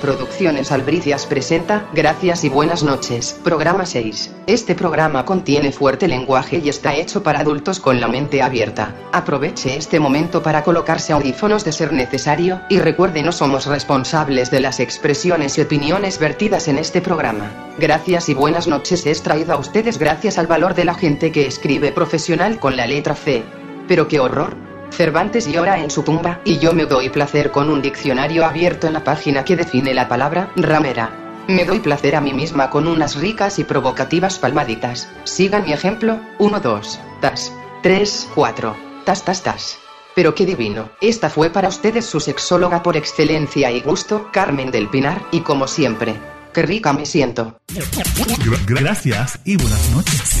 Producciones Albricias presenta Gracias y buenas noches, programa 6. Este programa contiene fuerte lenguaje y está hecho para adultos con la mente abierta. Aproveche este momento para colocarse audífonos de ser necesario, y recuerde no somos responsables de las expresiones y opiniones vertidas en este programa. Gracias y buenas noches es traído a ustedes gracias al valor de la gente que escribe profesional con la letra C. Pero qué horror, Cervantes llora en su tumba, y yo me doy placer con un diccionario abierto en la página que define la palabra ramera. Me doy placer a mí misma con unas ricas y provocativas palmaditas. Sigan mi ejemplo, 1, 2, tas, 3, 4, tas, tas, tas. Pero qué divino, esta fue para ustedes su sexóloga por excelencia y gusto, Carmen del Pinar, y como siempre, qué rica me siento. Gra- gra- gracias y buenas noches.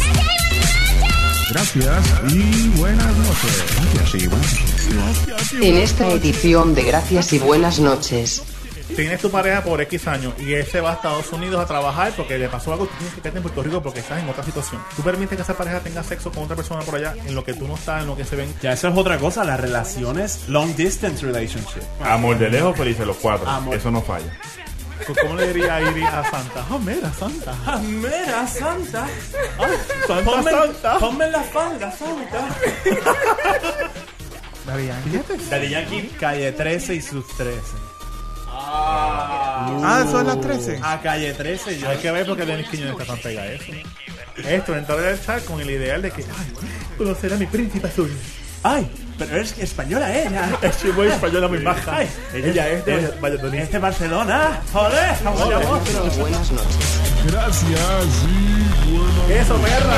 Gracias y buenas noches. Gracias y buenas noches. En esta edición de Gracias y Buenas noches, Tienes tu pareja por X años y él se va a Estados Unidos a trabajar porque le pasó algo, tú tienes que quedarte en Puerto Rico porque estás en otra situación. Tú permites que esa pareja tenga sexo con otra persona por allá en lo que tú no estás, en lo que se ven. Ya, eso es otra cosa, las relaciones long distance relationship. Ah. Amor de lejos, felices los cuatro. Amor. Eso no falla. ¿Cómo le diría a Iri a Santa? ¡Ah, mira, Santa! Mira, Santa, ¡Ah, ¡Santa, Santa! ponme la falda, Santa. Daddy Yankee, calle 13 y sus 13. Ah, son las 13. A calle 13 yo. Hay que ver porque Denis Quiñones está tan pega a eso. Esto, entrar al chat con el ideal de que, ay, conocer a mi príncipe azul. Ay, pero es que española ella. Es muy española muy baja. Ay, Ella es de Valladolid. Este Barcelona. Joder, amor de amor. buenas noches. Gracias y buenas ¡Eso, perra!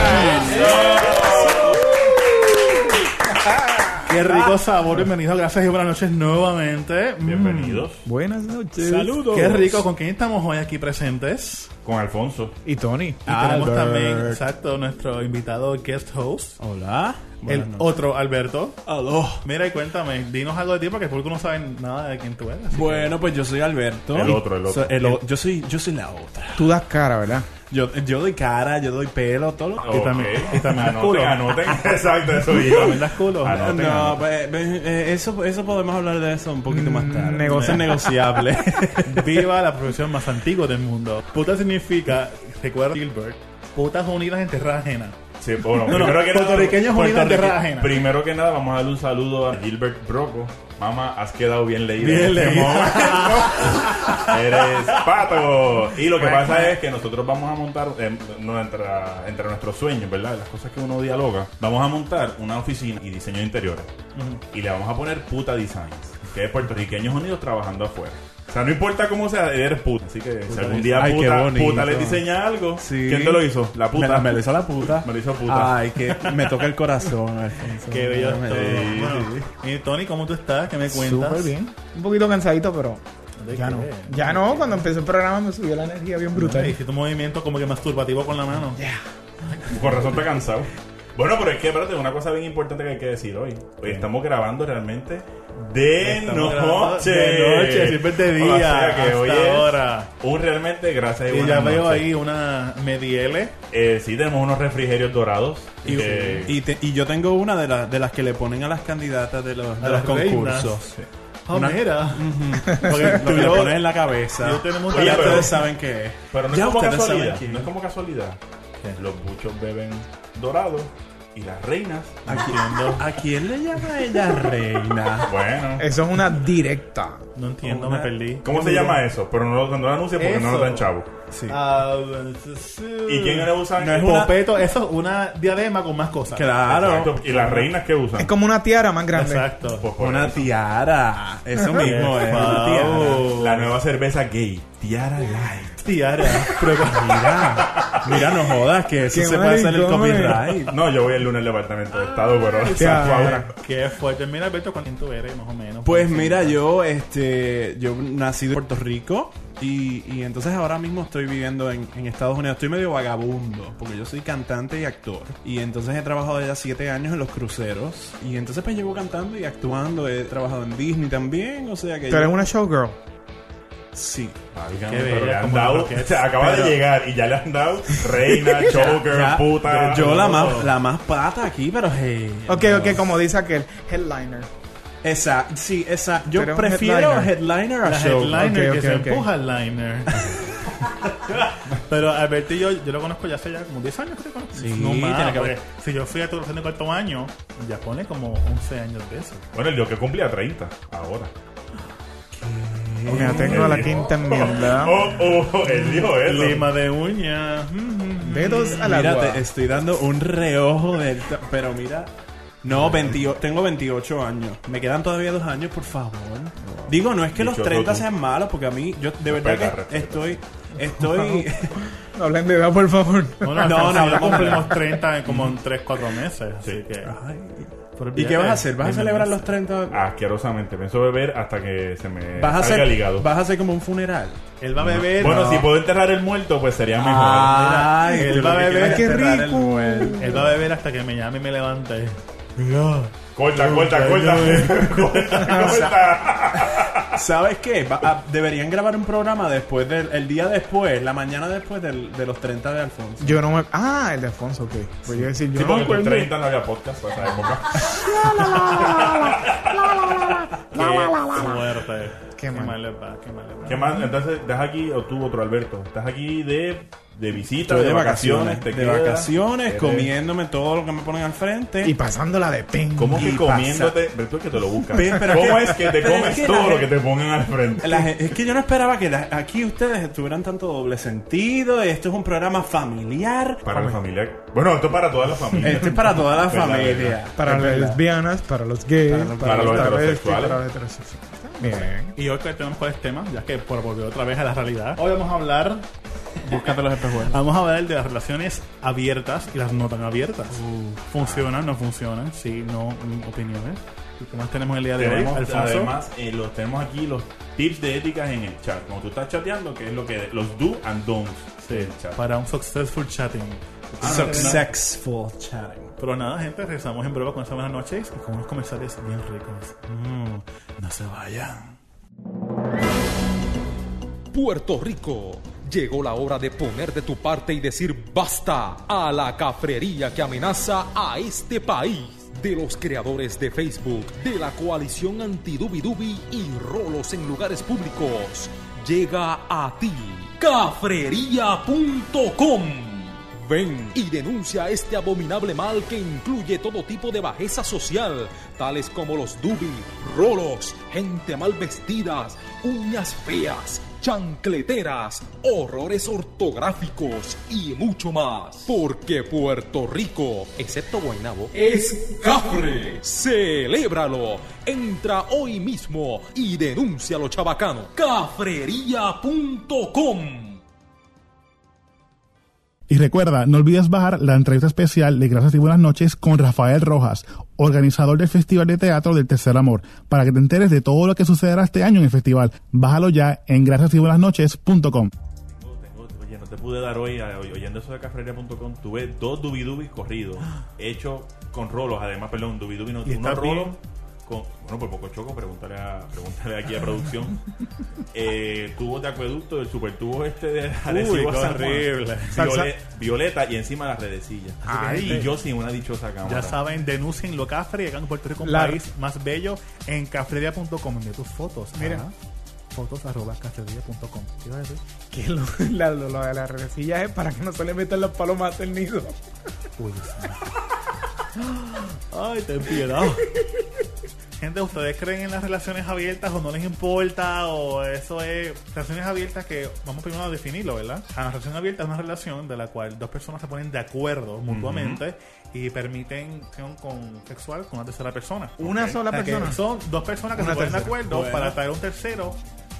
¡Qué rico sabor! Bienvenidos, gracias y buenas noches nuevamente. Mm, Bienvenidos. Buenas noches. Saludos. ¡Qué rico! ¿Con quién estamos hoy aquí presentes? Con Alfonso. Y Tony. Y tenemos Albert. también, exacto, nuestro invitado guest host, Hola. el otro Alberto. Aló. Mira y cuéntame, dinos algo de ti porque el público no sabe nada de quién tú eres. así que- Bueno, pues yo soy Alberto. El otro, el otro. So- el o- yo soy, yo soy la otra. Tú das cara, ¿verdad? Yo, yo doy cara, yo doy pelo, todo lo Y también- Ok. y también das Anoten, culo. anoten. Exacto, eso yo. También das culo. Anoten, No, anoten. pues, eh, eh, eso, eso podemos hablar de eso un poquito Mm, más tarde. negocia- Es negociable. Viva la profesión más antigua del mundo. Puta significa, recuerda Gilbert, putas unidas en tierra ajena. Sí, bueno, No, no, primero que nada- puertorriqueños unidos en puertorrique- tierra ajena. Primero que nada, vamos a darle un saludo a Gilbert Broco. Mamá, has quedado bien leído. Bien Este leído. momento. Eres pato. Y lo que pasa es que nosotros vamos a montar, eh, nuestra- entre nuestros sueños, ¿verdad? Las cosas que uno dialoga, vamos a montar una oficina y diseño de interiores. Y le vamos a poner puta designs, que es puertorriqueños unidos trabajando afuera. O sea, no importa cómo sea, eres puta. Así que si algún día Ay, qué puta, bonito. puta le diseña algo, Sí. ¿quién te lo hizo? La puta. Me, la- me lo hizo la puta. Me lo hizo puta. Ay, que me toca el corazón, Alfonso. Qué bello Me- es todo. Sí, Bueno, y Tony, ¿cómo tú estás? ¿Qué me cuentas? Súper bien. Un poquito cansadito, pero. ¿De Ya qué? no. Ya no, cuando empezó el programa me subió la energía bien Brutal. brutal. Hiciste un movimiento como que masturbativo con la mano. Con razón está cansado. Bueno, pero es que, espérate, una cosa bien importante que hay que decir hoy. Hoy estamos grabando realmente de Estamos grabando noche. De noche, siempre es de día. O sea que hasta hoy es ahora. un realmente gracias a Y ya veo ahí una mediele. Eh, sí, tenemos unos refrigerios dorados. Y, que- y te- y yo tengo una de, las de las que le ponen a las candidatas de los, de A los las reinas. concursos. Oh, mira. Porque tú le yo- pones en la cabeza. yo tenemos Y un- ya pero- ustedes saben qué es. Pero no es ya como ustedes casualidad. saben No es como casualidad. Los buchos beben dorado y las reinas. ¿A quién, ¿A quién le llama ella reina? Bueno. Eso es una directa. No entiendo, me perdí. ¿Cómo se llama eso? Pero no lo, no lo anuncie porque no lo Eso. dan chavo. Sí. Ah, ¿Y quién le usan? No es una- Popeto, eso es una diadema con más cosas. Claro. Exacto. ¿Y las reinas que usan? Es como una tiara más grande. Exacto. Pues por Una eso. tiara. Eso mismo es. Una tiara. Wow. La nueva cerveza gay, Tiara Light. Tiara. Mira, mira, no jodas, que eso Qué se puede hacer el eh. maricones. copyright. No, yo voy el lunes al departamento de Estado, pero esa fue ahora. Qué fuerte. Mira, Alberto, ¿cuánto tú eres, más o menos? Pues mira, yo, este, yo nací de Puerto Rico y, y entonces ahora mismo estoy viviendo en, en Estados Unidos. Estoy medio vagabundo porque yo soy cantante y actor. Y entonces he trabajado ya siete años en los cruceros. Y entonces pues llevo cantando y actuando. He trabajado en Disney también, o sea que... Tú yo- eres una showgirl. Sí. Válgame, Qué pero bella, le han como dado, lo que es. o sea, acaba Pero- de llegar y ya le han dado reina, choker, Ya, eh, puta. Yo la no. más, la más pata aquí, pero hey. Ok, ok, como dice aquel headliner. Exacto, sí, exacto. Yo Pero un prefiero headliner. headliner a La show. headliner que ok, ok, se ok. empuja al liner. Pero Alberto y yo, yo lo conozco ya hace ya como 10 años, creo que conozco. Sí, no más, tiene que porque haber. Si yo fui a tu relación de cuarto año, ya pone como 11 años de eso. Bueno, el yo que cumplía 30 ahora. Porque no tengo la Ah. quinta enmienda. Oh, oh, el dijo eso. Lima de uña. Mm, mm. Dedos al Mira, agua. te estoy dando un reojo del... ta- Pero mira... No, 28 tengo 28 años. Me quedan todavía dos años, por favor. Digo, no es que los Dichoso 30 tú. sean malos, porque a mí, yo de Respeta, verdad que respeta. estoy... Estoy... No hablen de edad, por favor. Bueno, no, No, no, no, ya no. cumplimos 30 en como en 3, 4 meses. Así que. Pero Ah. ¿Y qué vas a hacer? ¿Vas a olvídate, celebrar dime los 30? Asquerosamente. Pienso beber hasta que se me ¿Vas a salga el hacer, eh, hígado. ¿Vas a hacer como un funeral? Él va a beber. bueno, no. si puedo enterrar el muerto, pues sería mejor. Ah. Ay, él va a beber. ¡Qué cerrar el rico! muerto. Él va a beber hasta que me llame y me levante. Corta, corta, corta. corta, corta. ¿Sabes qué? Va- ah, deberían grabar un programa después del el día después, la mañana después del- de los 30 de Alfonso. Yo no me. Ah, el de Alfonso, ok. Pues yo decir, yo Sí, no me porque con acuerdo. 30 no había podcast para esa época. Qué fuerte. Qué mal. le va, qué mal le va. ¿Qué más? Entonces, estás aquí, o tú, otro Alberto. Estás aquí de, de visita, Estoy de, vacaciones. te de quedas. vacaciones, Eres- comiéndome todo lo que me ponen al frente. Y pasándola de ping. ¿Cómo que Y comiéndote? Pero tú es que te lo buscas. Pe- pero ¿Cómo es es que- que te pero es comes que la todo lo gente- que te pongan al frente? La gen- es que yo no esperaba que la- aquí ustedes estuvieran tanto doble sentido. Esto es un programa familiar. Para la familia. Bueno, esto es para toda la familia. Esto es para toda la Pues, Verdad, familia. verdad. Para Es las verdad. lesbianas, para los gays, para, para los los travestis, heterosexuales. para los heterosexuales. Bien. Y hoy que tenemos varios temas, ya que por volver otra vez a la realidad. Hoy vamos a hablar, Búscate los espejuelos. vamos a hablar de las relaciones abiertas y las no tan abiertas. ¿Funcionan, no funcionan? Sí, no, mm, opiniones. ¿Y qué más tenemos el día de hoy, Tenemos, Alfonso? además, eh, los, tenemos aquí los tips de éticas en el chat. Cuando tú estás chateando, que es lo que los do and don'ts del chat. para un successful chatting. Ah, Ah, Successful chatting. Pero nada, gente, regresamos en breve con esas buenas noches y con unos comerciales bien ricos. Mm, no se vayan. Puerto Rico. Llegó la hora de poner de tu parte y decir basta a la cafrería que amenaza a este país. De los creadores de Facebook, de la coalición antidubidubi y rolos en lugares públicos, llega a ti cafrería.com. Ven y denuncia este abominable mal que incluye todo tipo de bajeza social, tales como los dubi, rolos, gente mal vestidas, uñas feas, chancleteras, horrores ortográficos y mucho más. Porque Puerto Rico, excepto Guaynabo, es cafre. Celébralo. Entra hoy mismo y denuncia lo chabacano. Cafrería.com Y recuerda, no olvides bajar la entrevista especial de Gracias y Buenas noches con Rafael Rojas, organizador del Festival de Teatro del Tercer Amor, para que te enteres de todo lo que sucederá este año en el festival. Bájalo ya en graciasybuenasnoches.com. Tengo- Oye, no te pude dar hoy, a- oy- oyendo eso de cafrería.com, tuve dos dubidubis corridos, hechos con rolos, además, perdón, dubidubi no, ¿Y unos está bien? rolos con, bueno, por poco choco, pregúntale, a, pregúntale aquí a producción, eh, tubos de acueducto, el supertubo este de adhesivo qué San Juan, horrible. viole- Salsa- violeta y encima las redecillas. Ay. y yo sin una dichosa cámara. Ya saben, denuncien lo cafre y hagan Puerto Rico un La- país más bello en cafrería.com. Envía tus fotos. Mira. Fotos arroba cafrería.com. ¿Qué iba a decir? Que lo, la- lo- lo de las resillas es para que no se le metan las palomas al nido. Uy, Dios mío. Ay, ten piedad. Gente, ¿ustedes creen en las relaciones abiertas o no les importa? O eso es. Relaciones abiertas que. Vamos primero a definirlo, ¿verdad? La relación abierta es una relación de la cual dos personas se ponen de acuerdo mutuamente y permiten acción con, sexual con una tercera persona. Una sola O sea, que persona. Son dos personas que Una se ponen de tercera. acuerdo Bueno. para traer un tercero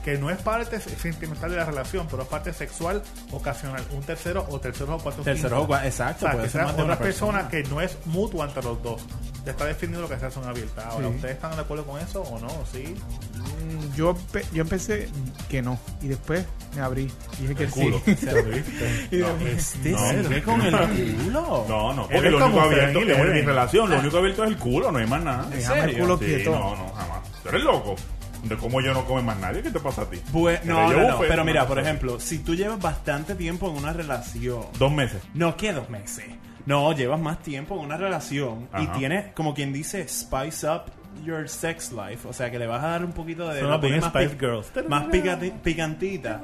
que no es parte sentimental de la relación, pero es parte sexual ocasional. Un tercero o terceros o cuatro Tercero, cinco. gua- exacto, O sea, puede que ser sea más de otra una persona, que no es mutua entre los dos. Ya está definido lo que es relación abierta. Ahora, ¿ustedes están de acuerdo con eso o no? ¿Sí? Mm, Yo, empe- yo empecé que no. Y después me abrí. Dije que El culo. sí. Este No, se ve con el culo. No, no, Él porque es lo único como abierto Frankie en mi Levin. relación, lo único abierto es el culo, no hay más nada. Déjame el serio? culo Sí, quieto. No, no, jamás. Tú eres loco. ¿De cómo yo no come más nadie? ¿Qué te pasa a ti? Pues, Que te no, llevo no, no. buffet, Pero ¿no? mira, por ejemplo, si tú llevas bastante tiempo en una relación, Dos meses. no que dos meses, no, llevas más tiempo en una relación y Ajá. tienes, como quien dice, spice up your sex life, o sea, que le vas a dar un poquito de... Suena la pones bien más Spice pic- Girls. Más picati- picantita.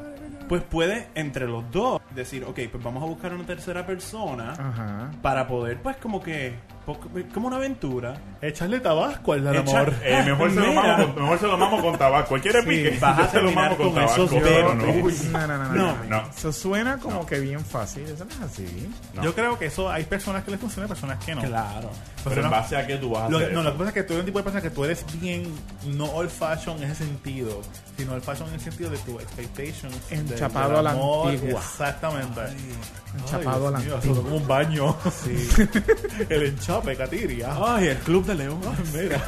Pues puede entre los dos decir, ok, pues vamos a buscar una tercera persona Ajá. para poder, pues como que, po- como una aventura. Echarle tabasco al del Echar- amor. Eh, mejor, se lo Mira. mamo con, mejor se lo mamo con tabaco. Él quiere pique. vas a Yo se lo terminar mamo con, con tabaco. esos pero no. dedos. Uy, No, no, no, No, no. no. Eso suena como que bien fácil. Eso no es así. No. Yo creo que eso hay personas que les funciona y personas que no. Claro. Pero en Personas- base a qué tú vas Ah, a Lo hacer. que- no, eso? lo que pasa es que tú eres un tipo de persona que tú eres bien, no old fashion en ese sentido, sino old fashion en el sentido de tu expectation. de- Enchapado del a la amor, antigua. Exactamente. Enchapado a la Dios mío, antigua. sonó como un baño. el enchape, Catiria. Ah. Ay, el club de León. Mira.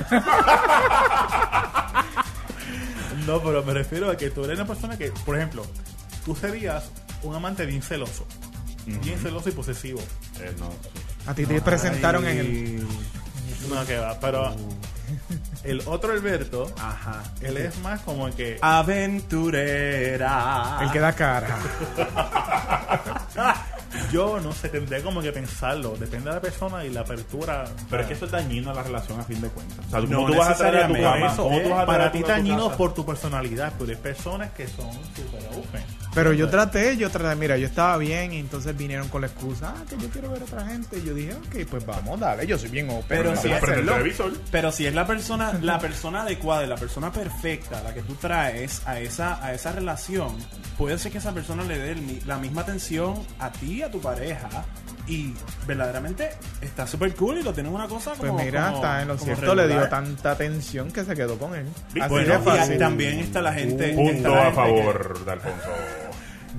no, pero me refiero a que tú eres una persona que, por ejemplo, tú serías un amante bien celoso. Bien celoso y posesivo. Eh, no, sí. A ti te presentaron en el. No, que va. Pero Uh. el otro Alberto, Ajá. él es más como que... Ah. Aventurera. El que da cara. Yo no sé, tendría como que pensarlo. Depende de la persona y la apertura. ah. Pero es que eso es dañino a la relación a fin de cuentas. O sea, No ¿cómo tú vas a traer a tu necesariamente. cama? Eso eh. ¿Cómo tú vas a traer a para tu- ti a tu dañino casa? por tu personalidad, pero hay personas que son súper open. Pero yo traté, yo traté, mira, yo estaba bien y entonces vinieron con la excusa, ah, que yo quiero ver a otra gente. Y yo dije, ok, pues vamos, dale, yo soy bien open. Pues Pero vamos si a es Prende el hacerlo. televisor. Pero si es la persona, la persona adecuada, la persona perfecta, la que tú traes a esa, a esa relación, puede ser que esa persona le dé el mi- la misma atención a ti, a tu pareja, y verdaderamente está súper cool y lo tienes una cosa como. Pues mira, como- está en lo como cierto, le dio regular. tanta atención que se quedó con él. Sí, Así bueno, de Bueno, y fácil. ahí también está la gente. está Punto la a gente que- favor de Alfonso.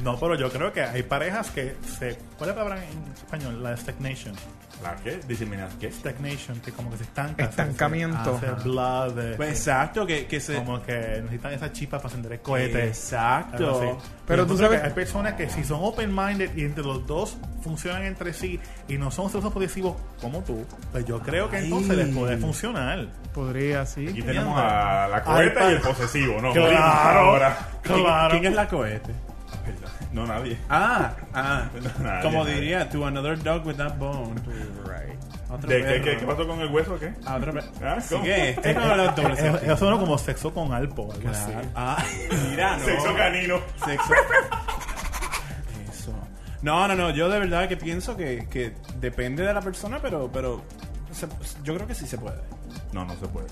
No, pero yo creo que hay parejas que se. ¿Cuál es la palabra en español? La stagnation. ¿La qué? ¿Diseminar qué? Stagnation, que como que se estanca. Estancamiento. Se, se habla de. Pues exacto, que, que eh, se. como que necesitan esa chispa para encender el cohete. Exacto. Algo así. Pero Yo tú encuentro sabes- que hay personas que si son open-minded y entre los dos funcionan entre sí y no son celosos positivos como tú, pues yo creo que Ay. entonces les puede funcionar. Podría, Aquí sí. tenemos a la Ay, coheta y el pa- posesivo, ¿no? Claro. Ahora. ¿Quién, Claro. quién es la cohete? No, nadie. Ah, ah. Nadie, como nadie. diría, to another dog with that bone. Otro ¿De qué, perro. qué, qué pasó con el hueso o qué? Ah, otro perro. Ah, Así ¿cómo? que este no habla doble Eso, sentido. Eh, eso suena como sexo con alpo, algo así. Ah, mira, no. Sexo canino. Sexo. Eso. No, no, no. Yo de verdad que pienso que, que depende de la persona, pero, pero se- yo creo que sí se puede. No, no se puede.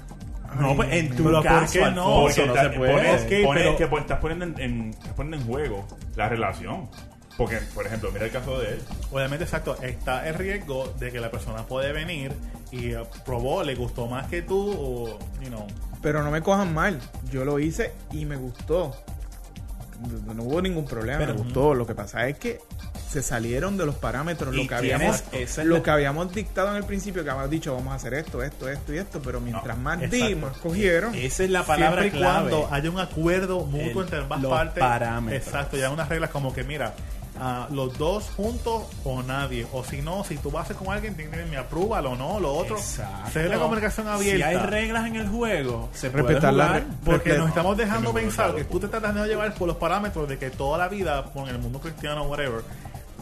No, pues en tu pero ¿por caso, qué no? no, Porque no se ta- puede. pones- Ok, pones pero- que pon- estás poniendo en, en- estás poniendo en juego la relación. Porque, por ejemplo, mira el caso de él. Obviamente, exacto, está el riesgo de que la persona puede venir y eh, probó, le gustó más que tú o, you know. Pero no me cojan mal. Yo lo hice y me gustó. No, no hubo ningún problema, me gustó. Lo que pasa es que se salieron de los parámetros, Y lo que tienes- habíamos, esa es lo la- que habíamos dictado en el principio, que habíamos dicho vamos a hacer esto, esto, esto y esto, pero mientras No, más di, exacto. más cogieron. Esa es la palabra Siempre y clave. cuando haya un acuerdo mutuo El- entre ambas los partes. parámetros. Exacto, ya unas reglas como que, mira, ah, los dos juntos o nadie. O si no, si tú vas a hacer con alguien, tienes que me aprueba o no, lo otro. Exacto. Se ve la comunicación Si abierta. hay reglas en el juego, se Respetar puede la jugar. Pues re- porque Respeto. nos estamos dejando Tenemos pensar cuidado. que tú te estás dejando llevar por los parámetros de que toda la vida, con el mundo cristiano o whatever,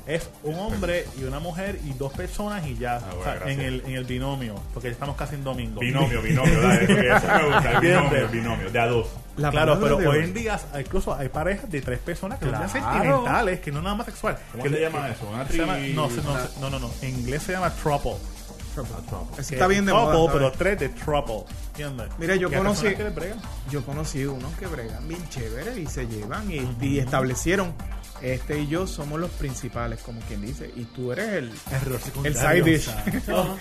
es un hombre y una mujer y dos personas y Ah, ya. bueno, O sea, en, gracias. el, en el binomio, porque estamos casi en domingo. Binomio, binomio, dale, eso que- eso me gusta. Binomio, Siempre. binomio, de a dos. La claro, palabra pero de hoy en día incluso hay parejas de tres personas que Claro. son sentimentales, que no nada más sexual. ¿Cómo que se le- llama eso? ¿Una que se llama- tri- no, se- no, se- no, no, no. En inglés se llama trouble. Eso Que está bien de Ah, trouble, moda. ¿sabes? pero tres de trouble. ¿Entiendes? Mira, yo Y hay personas conocí- que les bregan. Yo conocí unos que bregan bien chévere y se llevan y, y establecieron. Este y yo somos los principales, como quien dice. Y tú eres el, Error el secundario, side dish. o sea.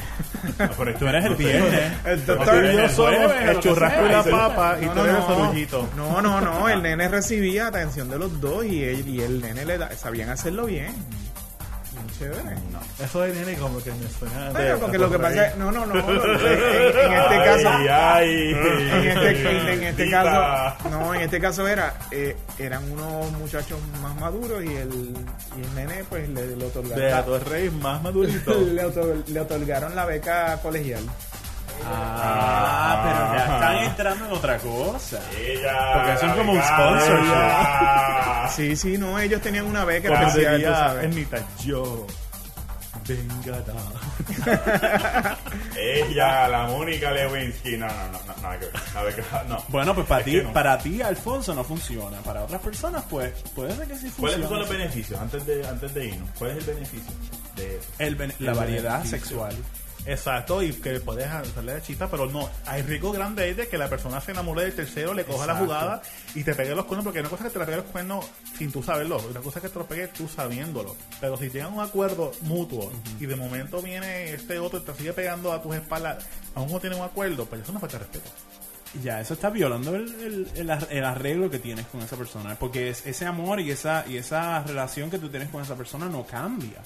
Pero Tú eres el viernes. el No, doctor. tú eres Yo el soy jueves, lo el que churrasco sea. y la papa y No, tú no, eres el no. sorullito. No, no, no. El nene recibía atención de los dos y él y el nene le da, sabían hacerlo bien. Bien chévere. Eso de nene como que me suena. Bueno, de- porque a lo que por ahí. pasa es. No, no, no. no, En, en este caso. Ay, En este, en este caso, no, en este caso era, eh, eran unos muchachos más maduros y el, y el nene pues le, le De a otorgaron, dos reyes más madurito. le, otor- le otorgaron la beca colegial. Ah, pero ya están entrando en otra cosa. Porque son como un sponsor, Sí, sí, no, ellos tenían una beca Como colegial, diría tú sabes. Ernita, yo. Vengada. Ella, la Mónica Lewinsky. No, no, no, no, nada que ver. Nada que ver, no. Bueno, pues para Es ti, que no. para ti, Alfonso, no funciona. Para otras personas, pues, puede ser que sí funcione. ¿Cuáles son los beneficios? Antes de, antes de irnos, ¿cuál es el beneficio de eso? El bene- la El variedad beneficio. sexual. Exacto, y que puedes hacerle de chita, pero no. Hay riesgo grande ahí de que la persona se enamore del tercero, le coja la Exacto. jugada y te pegue los cuernos, porque una cosa es que te la pegue los cuernos sin tú saberlo, y otra cosa es que te lo pegue tú sabiéndolo. Pero si llegan a un acuerdo mutuo y de momento viene este otro y te sigue pegando a tus espaldas, aún no tienen un acuerdo, pues eso es una falta de respeto. Ya, eso está violando el, el- el ar- el arreglo que tienes con esa persona. Porque es, ese amor y esa, y esa relación que tú tienes con esa persona no cambia.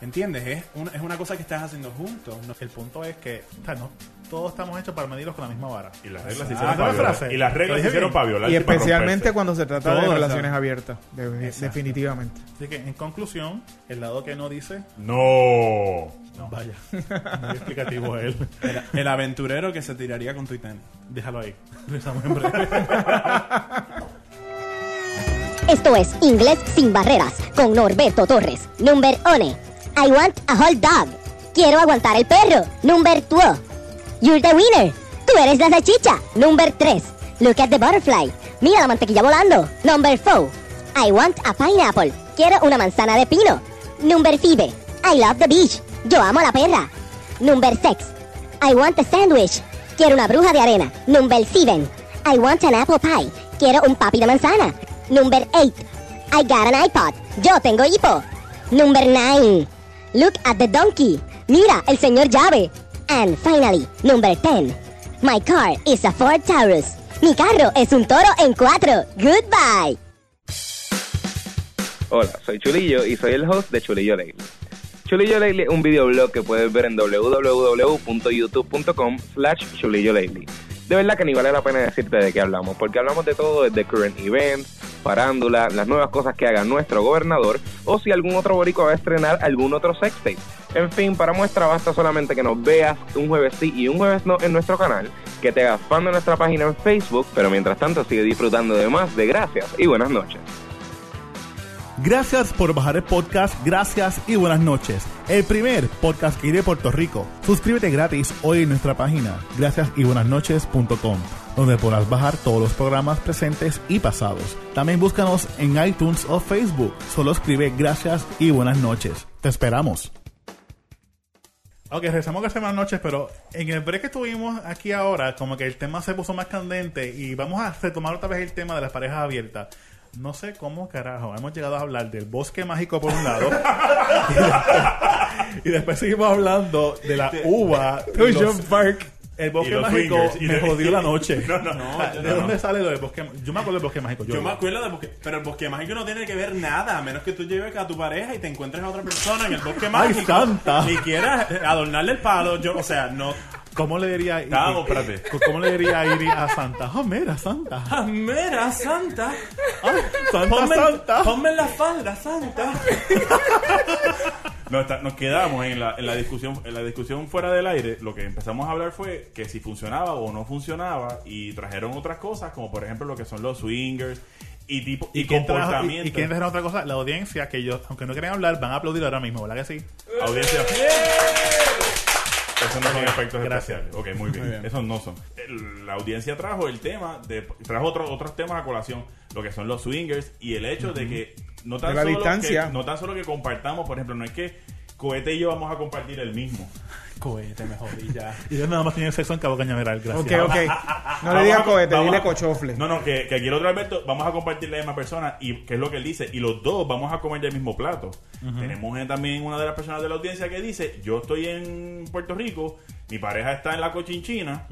¿Entiendes? Es, una- es una cosa que estás haciendo juntos. no- El punto es que o sea, no, todos estamos hechos para medirlos con la misma vara. Y las reglas Ah, se ¿cuál hicieron es para la violar. frase? Y las Lo reglas dije se hicieron bien. para violar. Y para especialmente romperse. cuando se trata de Todo, relaciones exacto. abiertas, de- definitivamente. Así que, en conclusión, el lado que no dice, No. vaya, muy explicativo él. El, el aventurero que se tiraría con Titanic. Déjalo ahí. Regresamos en breve. Esto es Inglés sin barreras con Norberto Torres. Number one. I want a hot dog. Quiero aguantar el perro. Number two. You're the winner. Tú eres la salchicha. Number tres. Look at the butterfly. Mira la mantequilla volando. Number four. I want a pineapple. Quiero una manzana de pino. Number five. I love the beach. Yo amo la perra. Number six. I want a sandwich. Quiero una bruja de arena. Number 7. I want an apple pie. Quiero un papi de manzana. Number 8. I got an iPod. Yo tengo hipo. Number 9. Look at the donkey. Mira, el señor llave. And finally, number 10. My car is a Ford Taurus. Mi carro es un toro en cuatro. Goodbye. Hola, soy Chulillo y soy el host de Chulillo Daily. Chulillo Daily es un videoblog que puedes ver en www.youtube.com slash Chulillo Daily. De verdad que ni vale la pena decirte de qué hablamos, porque hablamos de todo desde current events, farándula, las nuevas cosas que haga nuestro gobernador, o si algún otro boricua va a estrenar algún otro sextape. En fin, para muestra basta solamente que nos veas un jueves sí y un jueves no en nuestro canal, que te hagas fan de nuestra página en Facebook, pero mientras tanto sigue disfrutando de más de gracias y buenas noches. Gracias por bajar el podcast, gracias y buenas noches. El primer podcast que iré de Puerto Rico. Suscríbete gratis hoy en nuestra página gracias y buenas noches.com, donde podrás bajar todos los programas presentes y pasados. También búscanos en iTunes o Facebook. Solo escribe gracias y buenas noches. Te esperamos. Ok, regresamos que hace más noches, pero en el break que estuvimos aquí ahora, como que el tema se puso más candente y vamos a retomar otra vez el tema de las parejas abiertas. No sé cómo carajo, hemos llegado a hablar del bosque mágico por un lado y después seguimos hablando de la uva. y los- John Park. el bosque y los mágico swingers, y me de- jodió la noche. No, no, O sea, yo ¿De no. dónde sale lo del bosque? Yo me acuerdo del bosque mágico. Yo me acuerdo de porque, pero el bosque mágico no tiene que ver nada, a menos que tú lleves a tu pareja y te encuentres a otra persona en el bosque mágico santa! y quieras adornarle el palo, yo, o sea, no. ¿Cómo le diría Tavo, espérate. ¿Cómo le diría Iri a Santa? ¡Oh, mira, Santa! ¡Ah, mira, Santa! Ay, Santa, Ponme, Santa! ponme la falda, Santa. No, está- nos quedamos en la, en la discusión en la discusión fuera del aire. Lo que empezamos a hablar fue que si funcionaba o no funcionaba y trajeron otras cosas como por ejemplo lo que son los swingers y tipo y, ¿Y quién trajo- comportamiento. y, y quién trajo otra cosa? La audiencia, que ellos, aunque no querían hablar, van a aplaudir ahora mismo, ¿verdad que sí? Audiencia. Eso no son efectos Gracias. especiales. Ok, muy bien. Esos no son. El- La audiencia trajo el tema, de, trajo otro- otros temas a colación, lo que son los swingers y el hecho de que no tan, De la solo distancia. Que, no tan solo que compartamos, por ejemplo, no es que Cohete y yo vamos a compartir el mismo. Cohete, me jodí ya. Y ellos nada más tienen sexo en Cabo Cañaveral, gracias. Ok, ok. No le Vamos digas a- cohete, vamos dile a- cochofle. No, no, que, que aquí el otro Alberto vamos a compartir la misma persona y que es lo que él dice. Y los dos vamos a comer del mismo plato. Tenemos eh, también una de las personas de la audiencia que dice, yo estoy en Puerto Rico, mi pareja está en la cochinchina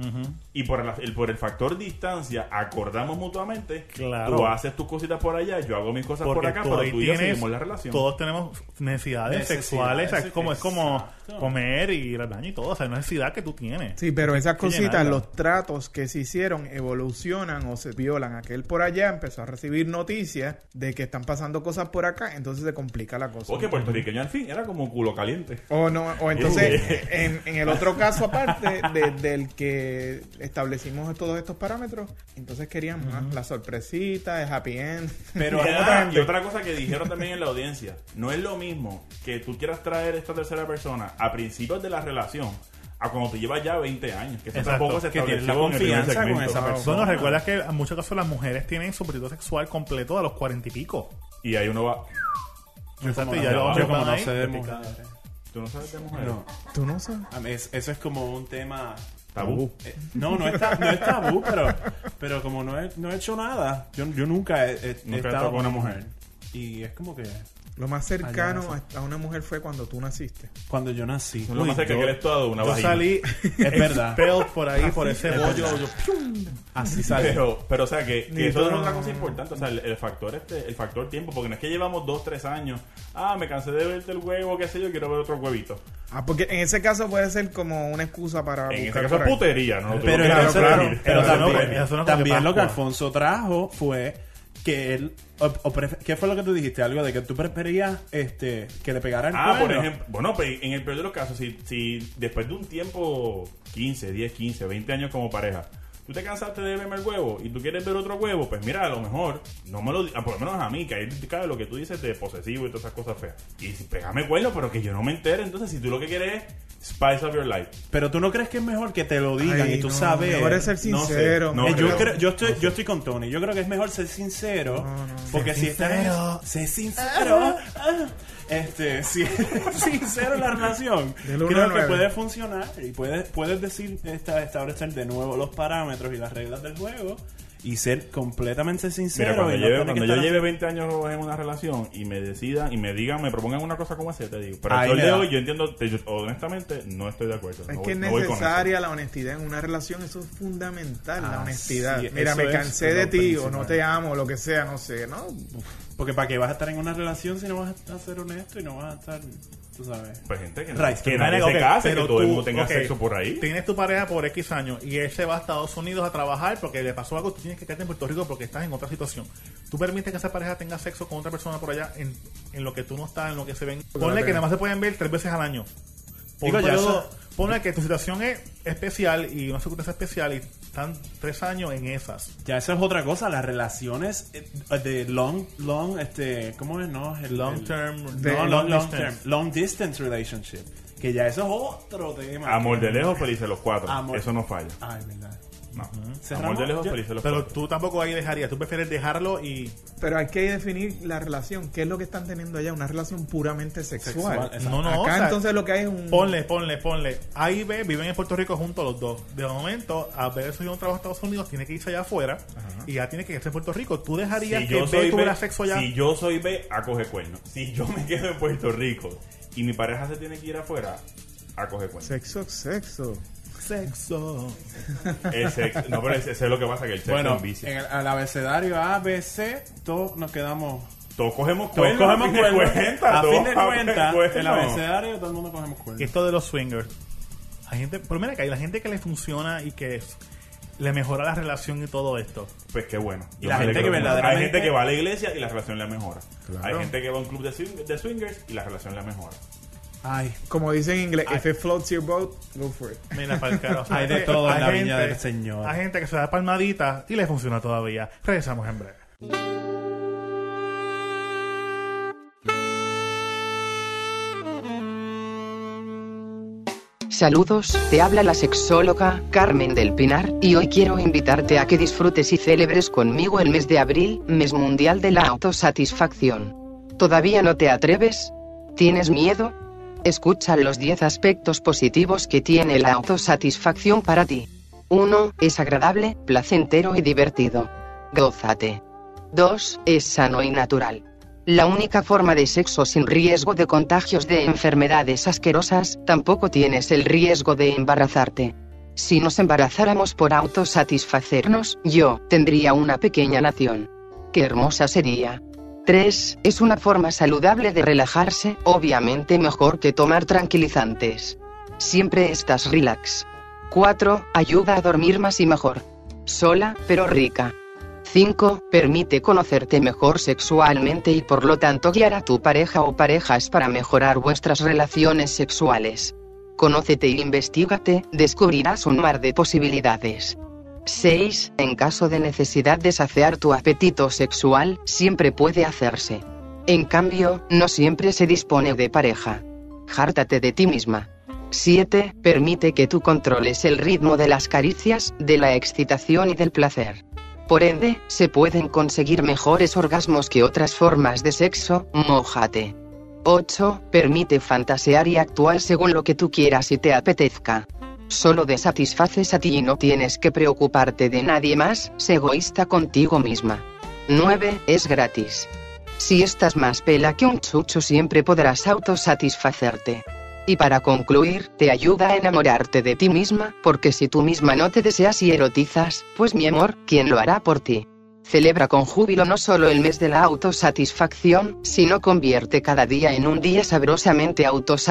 y por la- el, por el factor distancia acordamos mutuamente, Claro. tú haces tus cositas por allá, yo hago mis cosas por Porque acá, tú pero ahí tú y yo tienes- seguimos la relación. Todos tenemos necesidades, Necesidades, sexuales, o sea, es como, es como exacto. comer y bla, bla, año y todo. O sea, hay una necesidad que tú tienes. Sí, pero esas que cositas, llenarla. los tratos que se hicieron evolucionan o se violan. Aquel por allá empezó a recibir noticias de que están pasando cosas por acá, entonces se complica la cosa. Porque puertorriqueño al fin era como culo caliente. O no, o entonces, en, en el otro caso aparte de- del que establecimos todos estos parámetros, entonces querían más la sorpresita, el happy end. Pero Como ah, otra gente. y otra cosa que dijeron también en la audiencia, no es lo mismo que tú quieras traer esta tercera persona a principios de la relación a cuando te llevas ya 20 años, que eso Exacto, tampoco se que tienes estableció la en el primer confianza con segmento. esa persona. Bueno, recuerdas que en muchos casos las mujeres tienen su periodo sexual completo a los cuarenta y pico. Y ahí uno va, Exacto, como y ya no- los yo hombres como van no ahí, sé de pica. mujeres. tú no sabes de mujer. No, Tú no sabes. a mí es- eso es como un tema Tabú. Eh, No, no es, ta- no es tabú, pero, pero como no he, no he hecho nada, yo, yo nunca he, he- he Nunca he estado estado con una mujer. Y es como que Lo más cercano Allá, a a una mujer fue cuando tú naciste. cuando yo nací, Lo uy, más cerca yo- que él es todo una Yo vagina. salí Es verdad. expelled por ahí, por ese es bollo. verdad. así sale. Pero, pero, o sea, que, que Ni eso es todo. otra cosa importante. O sea, el, el factor este, el factor tiempo, porque no es que llevamos dos, tres años. Ah, me cansé de verte el huevo, qué sé yo, quiero ver otro huevito. Ah, porque en ese caso puede ser como una excusa para En ese buscar caso por es ahí. putería, ¿no? Tú Pero, no claro, quieres claro, salir. pero Eso no, también, eso no es como también que lo que Pascua. Alfonso trajo fue que él... o- o pref- ¿Qué fue lo que tú dijiste? Algo de que tú preferías este, que le pegara el Ah, por cuerno. ejemplo, bueno, pues en el peor de los casos, si, si después de un tiempo, 15, 10, 15, 20 años como pareja, tú te cansaste de verme el huevo y tú quieres ver otro huevo, pues mira, a lo mejor, no me lo, di- ah, por lo menos a mí, que ahí cabe lo que tú dices de posesivo y todas esas cosas feas. Y si pegame cuerno, pero que yo no me entere, entonces si tú lo que quieres es spice of your life. Pero tú no crees que es mejor que te lo digan Ay, y tú no, sabes... Mejor es ser no sé, sincero. no Eh, mejor yo, es- creo- yo, estoy, yo estoy con Tony. Yo creo que es mejor ser sincero. Porque si estás. Sé sincero. Ah, Este, si es sincero en la relación, Del uno creo al que nueve. puede funcionar. Y puedes, puedes decir, esta, establecer de nuevo los parámetros y las reglas del juego. Y ser completamente sincero. Mira, cuando, y no lleve- tener cuando que yo estar lleve 20 años en una relación y me decidan y me digan, me propongan una cosa como esa, yo te digo. Pero Ahí al sol le de da. hoy, yo entiendo, te- yo honestamente, no estoy de acuerdo. Es No que voy- es no voy con eso. necesaria la honestidad en una relación, eso es fundamental, la Ah, honestidad. sí, Mira, eso me es cansé de lo ti o principal. no te amo, lo que sea, no sé, ¿no? así. Porque para qué vas a estar en una relación si no vas a ser honesto y no vas a estar. Tú sabes. Pues gente que, Right, que que nadie Ok, se case, que pero todo el tú, mundo tenga ok, sexo por ahí. Tienes tu pareja por X años y él se va a Estados Unidos a trabajar porque le pasó algo, tú tienes que quedarte en Puerto Rico porque estás en otra situación. Tú permites que esa pareja tenga sexo con otra persona por allá en, en lo que tú no estás, en lo que se ven. Ponle que nada más se pueden ver tres veces al año. Por Digo, un ya periodo- eso- ponle que tu situación es especial y una circunstancia especial y están tres años en esas. Ya eso es otra cosa, las relaciones eh, de long, long, este, ¿cómo es? No, el- Long el- term- no, de- long, long long distance. term, long distance relationship, que ya eso es otro tema. Amor de lejos, felices los cuatro. Amor. Eso no falla. Ay, verdad. No. Amor Cerramos, de lejos, yo- felices los Pero cuatro. tú tampoco ahí dejarías, tú prefieres dejarlo y Pero hay que definir la relación, qué es lo que están teniendo allá, una relación puramente sexual. Sexual, exacto. No, no, Acá o sea, entonces lo que hay es un... Ponle, ponle, ponle. A y B viven en Puerto Rico juntos los dos. De momento, a B soy un trabajo en Estados Unidos, tiene que irse allá afuera y ya tiene que irse a Puerto Rico. ¿Tú dejarías si que yo, B soy tuviera B, sexo allá? si yo soy B, a coge cuerno. Si yo me quedo en Puerto Rico y mi pareja se tiene que ir afuera, a coge cuerno. Sexo, sexo. Sexo. El sexo- no, pero ese, ese es lo que pasa, que el sexo Bueno, eh, es un vicio. en el, al abecedario A, B, C, todos nos quedamos... Todos cogemos Todos cuernos. cogemos a fin de cuernos. cuentas, a fin todos de cogemos cuentas, cuernos. el abecedario todo el mundo cogemos cuernos. Esto de los swingers. Hay gente, por mira que hay la gente que le funciona y que es- le mejora la relación y todo esto. Pues qué bueno. Y Yo la me gente alegro que mucho. verdaderamente- Hay gente que va a la iglesia y la relación la mejora. Hay gente que va a un club de, swing- de swingers y la relación la mejora. Ay, Como dicen en inglés, if it floats your boat, go for it. Mira, para el carajo. O sea, Hay de que todo en hay la viña gente- del Señor. Hay gente que se da palmaditas y le funciona todavía. Regresamos en breve. Saludos, te habla la sexóloga Carmen del Pinar y hoy quiero invitarte a que disfrutes y celebres conmigo el mes de abril, mes mundial de la autosatisfacción. ¿Todavía no te atreves? ¿Tienes miedo? Escucha los 10 aspectos positivos que tiene la autosatisfacción para ti. 1. Es agradable, placentero y divertido. Gózate. 2. Es sano y natural. La única forma de sexo sin riesgo de contagios de enfermedades asquerosas, tampoco tienes el riesgo de embarazarte. Si nos embarazáramos por autosatisfacernos, yo tendría una pequeña nación. Qué hermosa sería. 3. Es una forma saludable de relajarse, obviamente mejor que tomar tranquilizantes. Siempre estás relax. 4. Ayuda a dormir más y mejor. Sola, pero rica. 5. Permite conocerte mejor sexualmente y por lo tanto guiar a tu pareja o parejas para mejorar vuestras relaciones sexuales. Conócete e investigate, descubrirás un mar de posibilidades. 6. En caso de necesidad de saciar tu apetito sexual, siempre puede hacerse. En cambio, no siempre se dispone de pareja. Jártate de ti misma. 7. Permite que tú controles el ritmo de las caricias, de la excitación y del placer. Por ende, se pueden conseguir mejores orgasmos que otras formas de sexo, mójate. 8. Permite fantasear y actuar según lo que tú quieras y te apetezca. Solo desatisfaces a ti y no tienes que preocuparte de nadie más, sé egoísta contigo misma. 9. Es gratis. Si estás más pela que un chucho siempre podrás autosatisfacerte. Y para concluir, te ayuda a enamorarte de ti misma, porque si tú misma no te deseas y erotizas, pues mi amor, ¿quién lo hará por ti? Celebra con júbilo no solo el mes de la autosatisfacción, sino convierte cada día en un día sabrosamente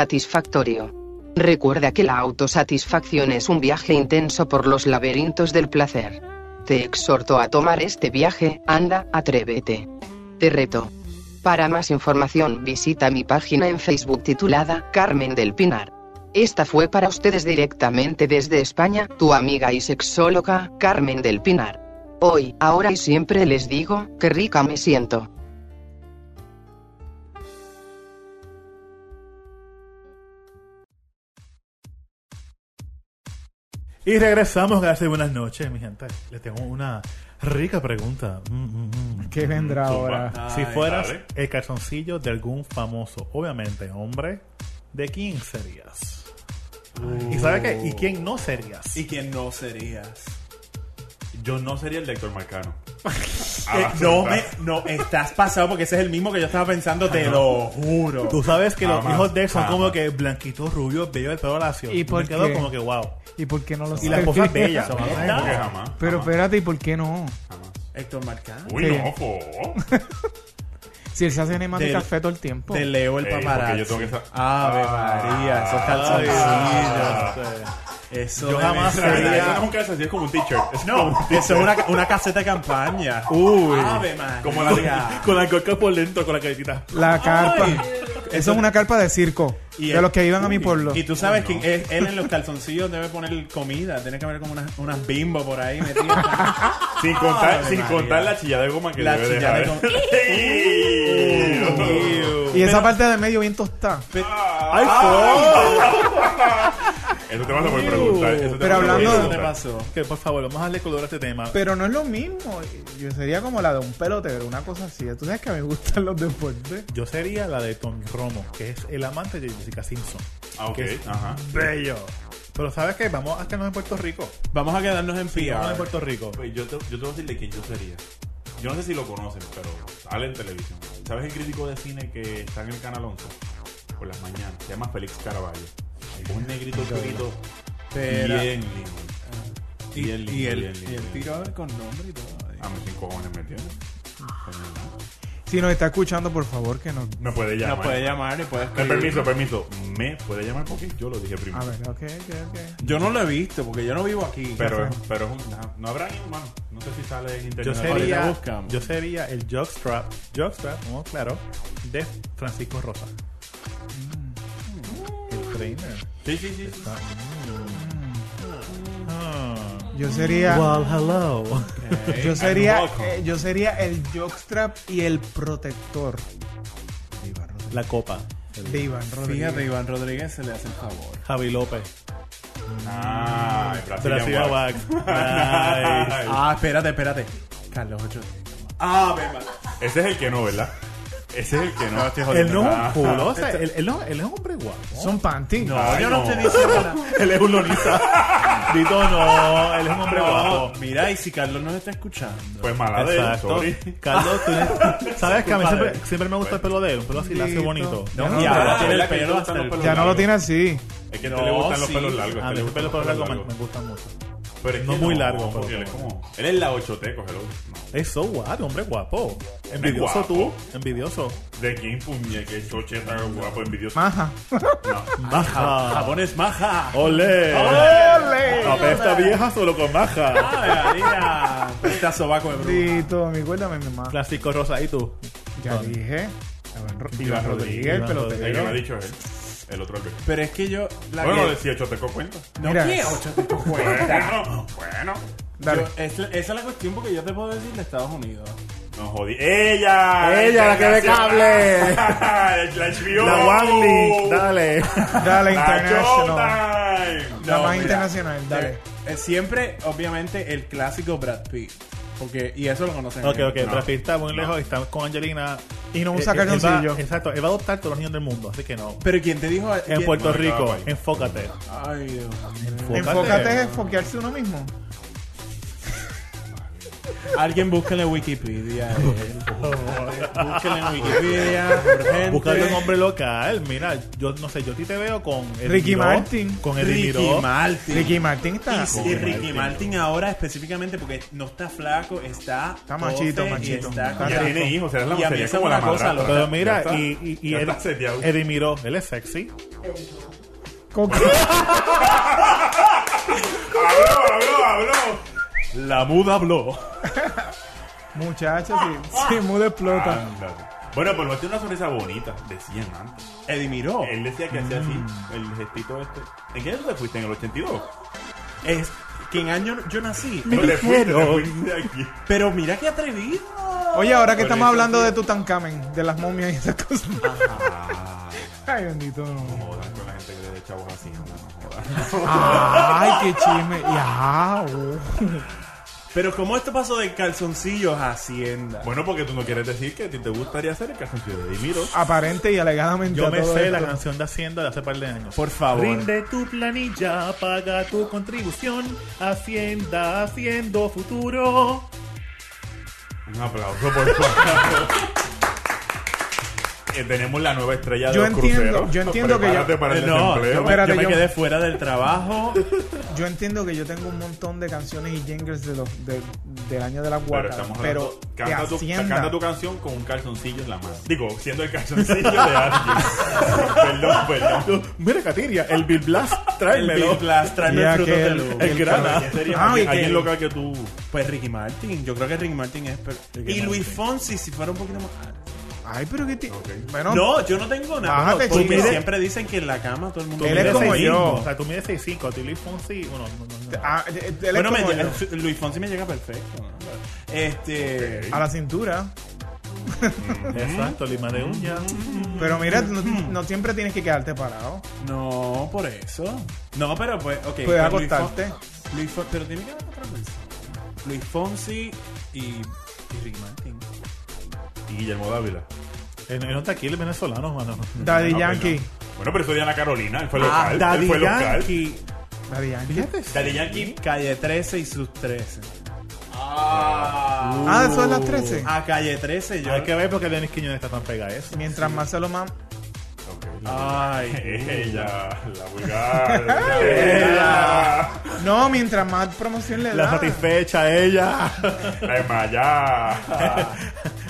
autosatisfactorio. Recuerda que la autosatisfacción es un viaje intenso por los laberintos del placer. Te exhorto a tomar este viaje, anda, atrévete. Te reto. Para más información visita mi página en Facebook titulada Carmen del Pinar. Esta fue para ustedes directamente desde España, tu amiga y sexóloga, Carmen del Pinar. Hoy, ahora y siempre les digo, que rica me siento. Y regresamos, gracias y buenas noches, mi gente. Les tengo una rica pregunta. Mm, mm, mm. ¿Qué vendrá ahora? Si fueras dale. el calzoncillo de algún famoso, obviamente hombre, ¿de quién serías? ¿Y sabe qué? ¿Y quién no serías? ¿Y quién no serías? Yo no sería el de Héctor Marcano. Eh, Ah, no, sí, me, está. no, estás pasado porque ese es el mismo que yo estaba pensando, te lo juro. Tú sabes que los Jamás, hijos de él son como jamás. que blanquitos, rubios, bellos de pelo lacio. ¿Y por me quedo qué? como que wow. ¿Y por qué no lo Y las cosas bellas. No, porque jamás. Pero jamás, espérate, ¿y por qué no? jamás. Héctor Marcán. Uy, Sí. no, po. Si él se hace enema de Del- café todo el tiempo. Te leo el Ey, porque paparazzi. yo tengo que sa- Ah. Ave Ah. María, esos Ay, calzoncillos. Eso Yo debe jamás ser- Sería... sería- Eso no es un calzoncillo, es como un t-shirt. Es como No, un t-shirt. eso es una, una caseta de campaña. Uy. Ave María. Como la de- Con la coca por dentro, con la caretita. La carpa. Ay. Eso es una carpa de circo. Y de el- los que iban a mi pueblo. Y tú sabes que él, él en los calzoncillos debe poner comida. Tiene que haber como unas, unas bimbo por ahí metidas. Sin contar, Ave sin María. contar la chilla de goma que La debe chilla de dejar. goma. Ey. Y esa parte del medio bien tostada. Ah. ¡Ay, fuck! Eso te vas a poder preguntar. eso te vas a Pero poder hablando de- ¿Qué te preguntar. pasó? Que por favor, vamos a darle color a este tema. Pero no es lo mismo. Yo sería como la de un pelotero, una cosa así. Tú sabes que me gustan los deportes. Yo sería la de Tommy Romo, que es el amante de Jessica Simpson. Ah, ok. Que es Ajá. bello. Pero ¿sabes qué? Vamos a quedarnos en Puerto Rico. Vamos a quedarnos en Vamos en PR. Puerto Rico. Pues yo, te, yo te voy a decir de quién yo sería. Yo no sé si lo conocen, pero sale en televisión. ¿Sabes el crítico de cine que está en el Canal 11? Por las mañanas. Se llama Félix Caraballo. Un negrito chiquito. Espera. Ah. Bien lindo. Y, Bien lindo, y el, bien lindo. y el tiro ahora con nombre y todo. Ah, me cinco cojones, ¿me entiendes? Si nos está escuchando, por favor, que nos. Me puede llamar. Nos puede llamar y puede Eh, escribir. permiso, permiso. Me puede llamar porque yo lo dije primero. A ver, ok, ok, ok. Yo no lo he visto porque yo no vivo aquí. Pero, pero es un- no, no habrá ninguno. No sé si sale en internet. Yo Ahorita sería, buscamos. yo sería el Jockstrap, Jockstrap, vamos claro, de Francisco Rosa. El trainer. Sí, sí, sí. sí. Ah. Yo sería. Well, hello. Yo sería, welcome. eh, yo sería el jockstrap y el protector La copa. de Iván Rodríguez. Fíjate, Iván Rodríguez se le hace el favor. Javi López. Ah, el Brazilian Brasil Wax. Wax. Nice. Ah, espérate, espérate. Carlos Ocho. Ese es el que no, ¿verdad? Ese es el que no. Pues Él no es Ah. un culo, o sea, él, él no, él es un hombre guapo. Son panty. Ay, yo no estoy diciendo nada. él es un lonista. Dito no, él es un hombre guapo. Mira, y si Carlos nos está escuchando. Pues mala de él, Exacto. sorry. Carlos, tú eres- ¿sabes que a mí Disculpa, eh. siempre, Adel. siempre me gusta el pelo de él? Un pelo así lacio Dito. bonito. Ya No, no y te ahora Ah, tiene el es que pelo te hasta gustan los el- pelos Ya no lo largos. tiene así. Es que te No, le gustan los sí. pelos largos. A te mí le el gustan pelo los por pelos largo me, largos. me gusta mucho. Pero es No que muy largo, pues. Porque pero- él es como. Él es la 8 t cógelo. No. Es so what, hombre guapo. Guapo. Envidioso tú, envidioso. ¿De quién puñeque chocheta guapo envidioso? Maja. Maja. Japonés maja. ¡Ole! ¡Ole! Apesta vieja solo con maja. Ah, María. Está sobaco de bruja. Tito, mi cuéntame, mi mamá. Clásico rosa, ¿y tú? Ya dije. Iván Ro- Iván Rodríguez, el Iván El pelotero. que me ha dicho es él. El otro que. Pero es que yo. La Bueno, que- de 18 te cuenta. no Mira. quiero, chico. Bueno, bueno. Dale. Yo- es la- esa es la cuestión porque yo te puedo decir de Estados Unidos. No jodí. ¡Ella! Ella, la que ve cable. cable! ¡La HBO! La Wally, dale. Dale, ¡La international. Showtime! La No, más mira. internacional, dale. Eh, siempre, obviamente, el clásico Brad Pitt. Porque, y eso lo conocen. Ok, ok, Eh, No. Brad Pitt está muy No. lejos y está con Angelina. Y no Eh, usa eh, él va- calzoncillo. Exacto, él va a adoptar todos los niños del mundo, así que no. Pero ¿quién te dijo? En ¿quién- Puerto no, Rico, no, no. enfócate. Ay, Dios mío. Enfócate en foquearse uno mismo. Alguien búsquenle en Wikipedia. eh. Búsquenle en Wikipedia. urgente. Buscarle un hombre local. Mira, yo no sé, yo a ti te veo con Eddie Ricky Miró, Martin. Con Eddie Ricky Miró. Martin. Ricky Martin está. Y- Y, Ricky Martin ahora específicamente porque no está flaco, está... Está machito, tofe y machito. está Está con- Ya tiene hijos, será la Y a mí sería esa como es la una cosa, madrastra. Pero mira, Ya está. y, y, y Ya está Ed- seteado. Eddie Miró, él es sexy. Con- ¡Habló, habló, habló! La muda habló. Muchachos, si, si muda explota. Ándale. Ah, Bueno, por lo menos tiene una sonrisa bonita. Decían antes. Eddie Miró. Él decía que hacía así, el gestito este. ¿En qué año te fuiste? ¿En el 82? Es que en año yo nací. Me te fuiste, te fuiste de aquí. Pero mira qué atrevido. Oye, ahora que Con estamos eso, hablando sí. de Tutankamen, de las momias y esas cosas. Ay, bendito. No no. jodan con la gente que le dé chavos así, no, no jodan. Ay, qué chisme. Ya, oh. Pero ¿cómo esto pasó de calzoncillos a Hacienda? Bueno, porque tú no quieres decir que a ti te gustaría hacer el calzoncillo de Dimiro. Ah. Aparente y alegadamente. Yo a me todo sé esto. la canción de Hacienda de hace par de años. Por favor. Rinde tu planilla, paga tu contribución. Hacienda, haciendo futuro. Un aplauso, por favor. Eh, Tenemos la nueva estrella de Yo los entiendo, cruceros. yo entiendo que yo- Prepárate para el no, yo desempleo. me, Espérate, yo me yo- quedé fuera del trabajo. Yo entiendo que yo tengo un montón de canciones y jingles de los, de- del año de la Pero guarda. estamos Pero, hablando- de canta, tu, Hacienda. canta tu canción con un calzoncillo en la mano. Digo, siendo el calzoncillo de alguien. perdón, perdón. Mira, Katiria, el Bill Blast, el Big tráemelo. Blast, tráeme Ya el fruto que del el- lobo. el grana. ¿Quién sería Ah, alguien, y que- alguien local que tú? Pues Ricky Martin. Yo creo que Ricky Martin es. pero- Ricky y Luis Martin. Fonsi, si fuera un poquito más. Ay, pero que ti. Bueno, No, yo no tengo nada. Bájate, porque chico. siempre dicen que en la cama todo el mundo. Él mira es como seis. yo. O sea, tú mides 6'5, Tilly Fonsi. Bueno, no, no, no. ah, eh, él es Bueno, me como yo. llega- Luis Fonsi me llega perfecto. ¿no? Este. a la cintura. Exacto, lima de uña. Pero mira, no, no siempre tienes que quedarte parado. No, por eso. No, pero pues, ok. Puedes pues, Luis Fon- acostarte. Luis Fon- pero tiene que haber otra persona. Luis Fonsi y, y Ricky Martin. Y Guillermo Dávila. Ah, pues Eh, no está aquí el venezolano, mano. Daddy No, Yankee. Ah, perdón. Bueno, pero eso Diana Carolina, él fue local. él Ah, Daddy fue local. Yankee. Daddy Yankee. Daddy Yankee. Calle 13 y sus 13. Ah, eso es las 13. A Calle 13 yo. Hay que ver porque Denis Quiñones está tan pegado a eso. Mientras más se lo mam. Ok, la- Ay. Ella, la vulgar. Ella, No, mientras más promoción le La da. satisfecha ella. la Emaya.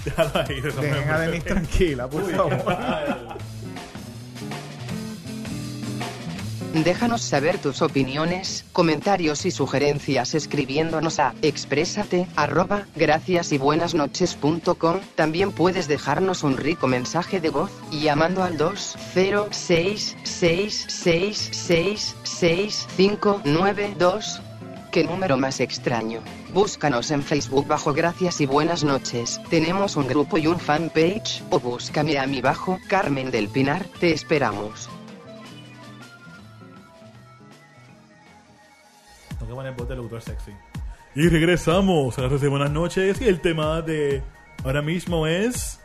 Déjalo ahí. eso me Dejen a gusta. Denis tranquila, por favor. Déjanos saber tus opiniones, comentarios y sugerencias escribiéndonos a exprésate arroba gracias y buenas También puedes dejarnos un rico mensaje de voz llamando al 20666666592. Qué número más extraño. Búscanos en Facebook bajo Gracias y Buenas noches. Tenemos un grupo y un fanpage. O búscame a mi bajo Carmen del Pinar. Te esperamos. Tengo que poner voz del locutor sexy. Y regresamos a las de buenas noches. Y el tema de ahora mismo es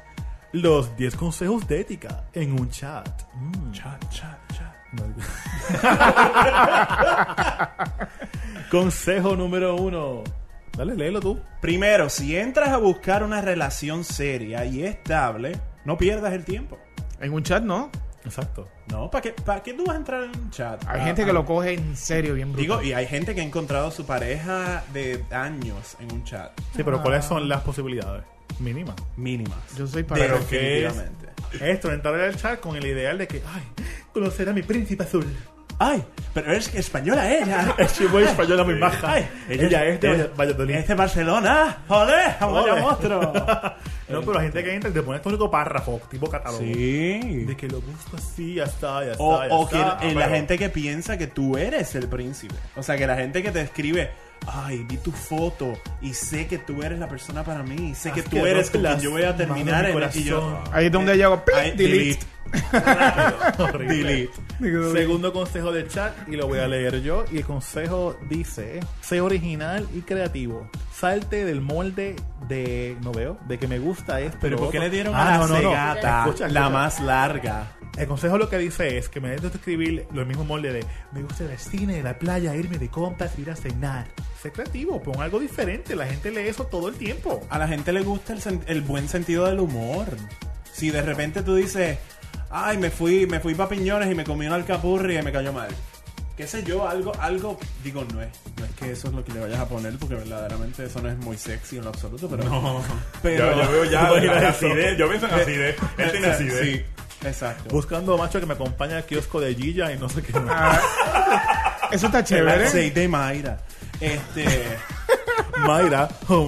los 10 consejos de ética en un chat. Mm. Chat, chat, chat. No. Consejo número uno. Dale, léelo tú. Primero, si entras a buscar una relación seria y estable, no pierdas el tiempo. En un chat, ¿no? Exacto. No, ¿para qué, ¿para qué tú vas a entrar en un chat? Hay Ah, gente que ah, lo coge en serio, bien brutal. Digo, y hay gente que ha encontrado su pareja de años en un chat. Sí, pero ¿cuáles son las posibilidades? Mínimas. Mínimas. Yo soy para Pero eso. que es- Esto, entrar al chat con el ideal de que, ay, conocer a mi príncipe azul. Ay, pero es española ella. Es muy Pues española muy baja. Ay, ella, es de Valladolid. Es de Barcelona. ¡Joder! ¡Vaya Ole. monstruo! no, pero la gente que entra y te pone este único párrafo, tipo catálogo. Sí. De que lo busco así, ya está, ya está. O, ya o que está. eh, la Pero- gente que piensa que tú eres el príncipe. O sea, que la gente que te escribe, ay, vi tu foto y sé que tú eres la persona para mí. y Sé que tú Asqueroso, eres con quien las yo voy a terminar en manos de y yo, corazón. Ahí es donde yo hago, ay, ¡plip! delete. Horrible. delete. Digo, Segundo consejo del chat y lo voy a leer yo. Y el consejo dice: sé original y creativo. Salte del molde de no veo, de que me gusta esto. Pero lo ¿por qué otro". le dieron Ah, a la no, no, no. cegata Escucha, la escucha. más larga? El consejo lo que dice es que me dejes de escribir lo mismo molde de me gusta el cine, la playa, irme de compras, ir a cenar. Sé creativo, pon algo diferente. La gente lee eso todo el tiempo. A la gente le gusta el, sen- el buen sentido del humor. Si de repente tú dices, ay, me fui, me fui para piñones y me comí una alcapurria y me cayó mal. Qué sé yo, algo, algo, digo, no es, no es que eso es lo que le vayas a poner, porque verdaderamente eso no es muy sexy en lo absoluto, pero. No, Yo, yo veo ya Yo voy a la eso. acidez. Yo pienso en este acidez. Él tiene acidez. Eh, Sí, exacto. Buscando macho que me acompañe al kiosco de Gilla y no sé qué más. Eso está El chévere. aceite de Mayra. Este. Mayra, oh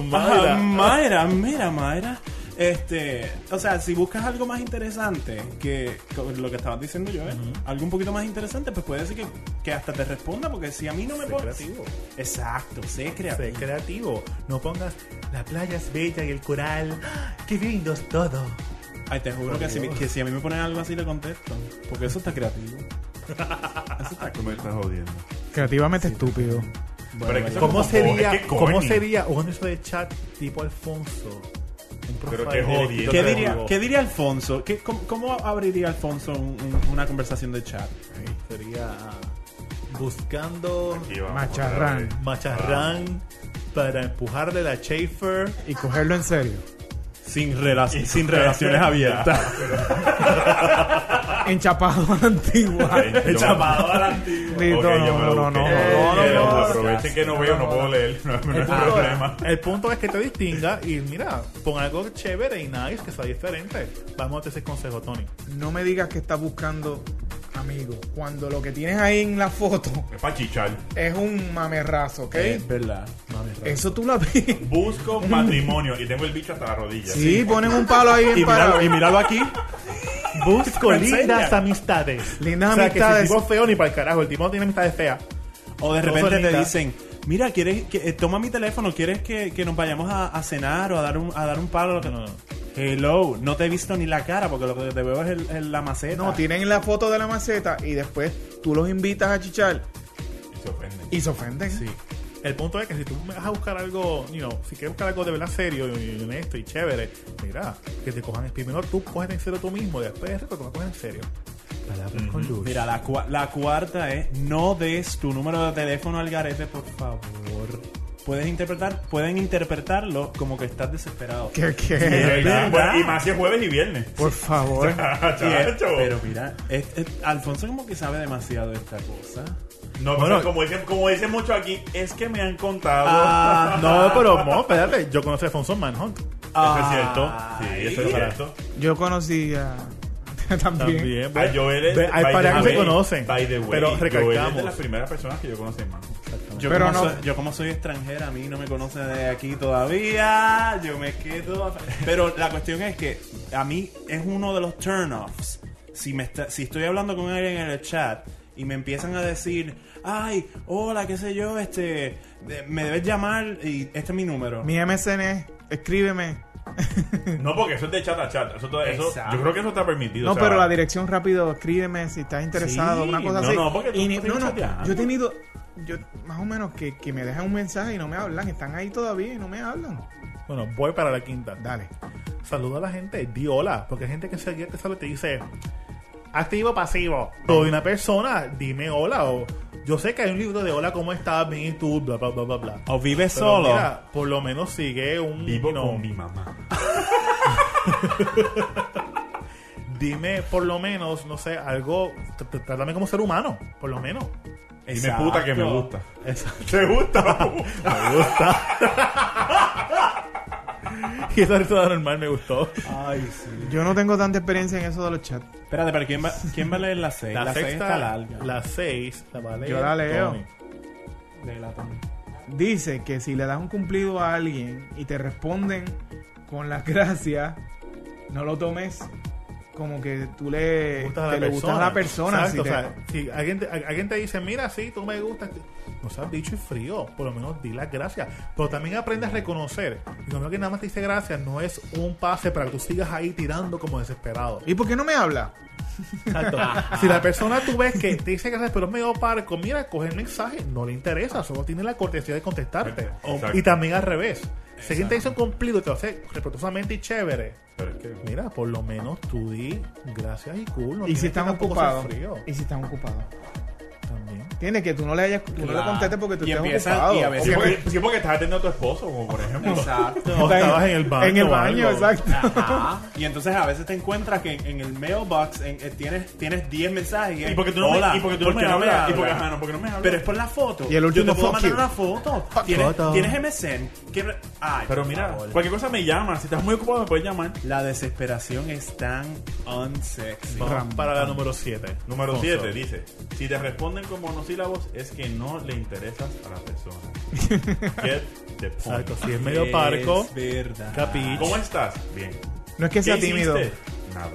Mayra. Mayra. Mayra, mira, Mayra. Este, o sea, si buscas algo más interesante que co- lo que estabas diciendo yo, ¿eh? algo un poquito más interesante, pues puede ser que, que hasta te responda, porque si a mí no me Sé pones. creativo. Exacto, sé Sé creativo. creativo. No pongas la playa es bella y el coral. ¡Ah! ¡Qué lindo es todo! Ay, te juro que si, mi- que si a mí me ponen algo así, le contesto, porque eso está creativo. Tú me estás jodiendo. Creativamente estúpido. Pero es que eso ¿Cómo es como- sería, es que ¿cómo corny. sería un uso de chat tipo Alfonso? Un Pero profile qué de- jodido. ¿Qué Yo te diría, digo. ¿Qué diría Alfonso? ¿Qué- cómo, cómo abriría Alfonso un- un- una conversación de chat? Ay, Sería buscando Aquí vamos, otra Macharrán. vez. macharrán para empujarle la Schaefer. Y cogerlo en serio. Sin, relac- sin relaciones abiertas. Enchapado a la antigua. Ay, yo- Llamado a la- Ok, Sí, yo me no, no, lo no, no, busqué. no, no, Quiero- no. Aprovechen que no veo, no puedo leer. No, no es problema. El punto es que te distinga y mira, pon algo chévere y nice que sea diferente. Vamos a hacer ese consejo, Tony. No me digas que estás buscando amigos. Cuando lo que tienes ahí en la foto Es para chichar. es un mamerrazo, ¿ok? Es verdad. Mami, Eso tú la ves. Sí, Busco matrimonio y tengo el bicho hasta la rodilla. ponen un palo ahí Y en míralo, para. y míralo aquí. Busco ¿En serio? lindas amistades. Lindas O sea, que si amistades. el tipo feo ni para el carajo. El tipo no tiene amistades feas. O de Dos repente te horitas. dicen, mira, quieres que eh, toma mi teléfono, quieres que, que nos vayamos a, a cenar o a dar un a dar un palo. No, no. Hello, no te he visto ni la cara porque lo que te veo es el, el- la maceta. No, tienen la foto de la maceta y después tú los invitas a chichar Y se ofenden. y se ofenden. Sí. El punto es que si tú me vas a buscar algo, you know, si quieres buscar algo de verdad serio y y honesto y chévere, mira, que te cojan primero tú coges en serio tú mismo, después de eso te lo coges en serio. Palabras con luz. Mira, la, cua- la cuarta es no des tu número de teléfono al garete, por favor. Puedes interpretar, pueden interpretarlo como que estás desesperado. ¿Qué, Y qué? es verdad. ¿verdad? Bueno, y más si es jueves y viernes. Por favor. Y es- Chacho. eh, pero mira, es- es- Alfonso como que sabe demasiado de esta cosa. No, bueno, como dicen, como dicen mucho aquí, es que me han contado. Ah, No, pero mo, espérate, yo conocí a Alfonso Manhunt. Eso es cierto. Sí, eso es cierto. Yo conocí a. también. También. Ah, eh, bueno. Joel es. Ve, hay by para the que se way, conocen, By the way, pero Joel es recalcamos. de las primeras personas que yo conocí, hermano. Yo, Pero como no- soy, yo como soy extranjera, a mí no me conoce de aquí todavía, yo me quedo... Pero la cuestión es que a mí es uno de los turn-offs. Si, me está- si estoy hablando con alguien en el chat y me empiezan a decir, ay, hola, qué sé yo, este, de- me debes llamar y este es mi número. Mi MSN, E, escríbeme. No, porque eso es de chat a chat. Eso, todo- eso- Exacto. yo creo que eso está permitido. No, o sea, pero la dirección rápido, escríbeme si estás interesado, Sí, una cosa no, así. no, porque tú Y ni- estás no, no, chateando. yo he tenido, yo más o menos que, que me dejan un mensaje y no me hablan, están ahí todavía y no me hablan. Bueno, voy para la quinta. Dale. Saluda a la gente, di hola, porque hay gente que se ayer te sale y te dice activo pasivo. Soy una persona, dime hola o yo sé que hay un libro de hola cómo estás, bien y tú, bla bla bla bla bla. O vives Pero solo. mira, por lo menos sigue un Vivo you know, con mi mamá. dime por lo menos, no sé, algo, tr- tr- trátame como ser humano, por lo menos. Dime puta que me gusta. Exacto. ¿Te gusta? Me gusta. y esa risa normal me gustó. Ay, sí. Yo no tengo tanta experiencia en eso de los chats. Espérate, pero ¿quién va, ¿quién va a leer la 6? La 6 está larga. La 6, la vale. Yo la leo. Léela, Tony. Dice que si le das un cumplido a alguien y te responden con las gracias, no lo tomes como que tú le, Este, que le gustas a la persona. Exacto, si o te- sea, si alguien te, a- alguien te dice, mira, sí, tú me gustas, no seas dicho y frío, por lo menos di las gracias. Pero también aprende a reconocer. Y lo que nada más te dice gracias no es un pase para que tú sigas ahí tirando como desesperado. ¿Y por qué no me habla? Exacto. si la persona tú ves que te dice gracias, pero es medio parco, mira, coge el mensaje, no le interesa, solo tiene la cortesía de contestarte. O- Exacto. y también al revés. Si alguien te dice un cumplido y te lo hace respetuosamente y chévere, Pero es que- mira, por lo menos tú di gracias y cool. no y tienes si que están tampoco ser ocupados. frío Y si están ocupados. también. Tienes que tú no le hayas, tú no le Claro. contestes porque tú Y estás empiezan- ocupado. y a veces- Sí, O porque, porque- sí, porque estás atendiendo a tu esposo, como por ejemplo. Exacto. O estabas en el baño. En el o baño, algo. exacto. Ajá. Y entonces a veces te encuentras que en, en el mailbox en- eh, tienes, tienes 10 mensajes. es, Y porque tú no me- "Hola, y porque tú ¿por no qué me hablas? hablas?" Y porque- ajá, no, porque no me hablas. Pero es por la foto. Y el último Yo te puedo fuck mandar you. una foto. ¿Tienes, foto. tienes MSN. ¿Qué- Ay, Pero por mira, pues- favor. cualquier cosa me llama. Si estás muy ocupado, me puedes llamar. la desesperación es tan unsexy. Vamos para la número 7. Número 7 dice: Si te responden con monosílabos, es que no le interesas a la persona. Get the point. Exacto, si es medio parco, Es verdad. capi. ¿Cómo estás? Bien. No es que sea ¿Qué tímido. hiciste? Nada.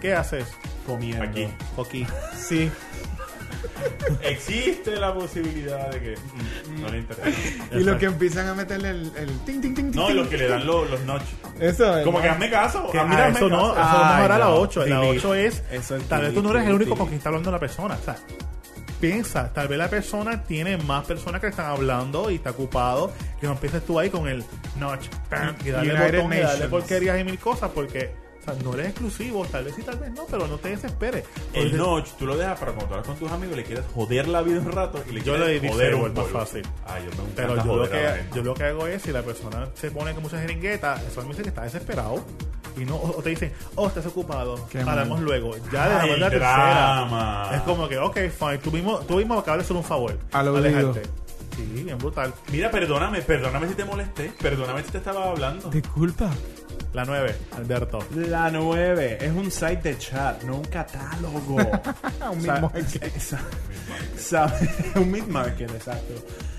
¿Qué haces? Comiendo. Aquí. Joaquín. Sí. Existe la posibilidad de que mm, no le interesa. Y los que empiezan a meterle el, el ting, ting, ting, ting, No, y ting. los que le dan los, los notch. Eso es. Como ¿no? que hazme caso. Que, a mí ah, hazme eso no, eso caso. no es Ay, la no. 8. La Delete. 8 es, Eso es tal vez tú no eres el delete, único con delete. quien está hablando la persona. O sea, piensa, tal vez la persona tiene más personas que le están hablando y está ocupado. Y no empieces tú ahí con el notch. pam, Y darle United botón, y darle Nations. porquerías y mil cosas porque... o sea, no eres exclusivo, tal vez sí, tal vez no, pero no te desesperes. El Porque- notch, tú lo dejas para cuando tú hablas con tus amigos y le quieres joder la vida un rato y le Yo quieres le di joder disable, un más polvo. fácil. Ah, yo me Pero encanta yo lo, joder a la que, gente. yo lo que hago es, si la persona se pone con muchas jeringuetas, eso me dice que está desesperado. Y no, o o te dicen, oh, estás ocupado, Qué hablamos mal. luego. Ya de la Ay, vuelta a la el drama. tercera. Es como que, ok, fine, tú mismo, tú mismo acabas de hacer un favor. Al oído. Alejarte. Sí, bien brutal. Mira, perdóname, perdóname si te molesté, perdóname si te estaba hablando. Disculpa. La 9, Alberto. La 9 es un site de chat, no un catálogo. Un Sa- mid-market. Exa- sabe- un mid-market, exacto.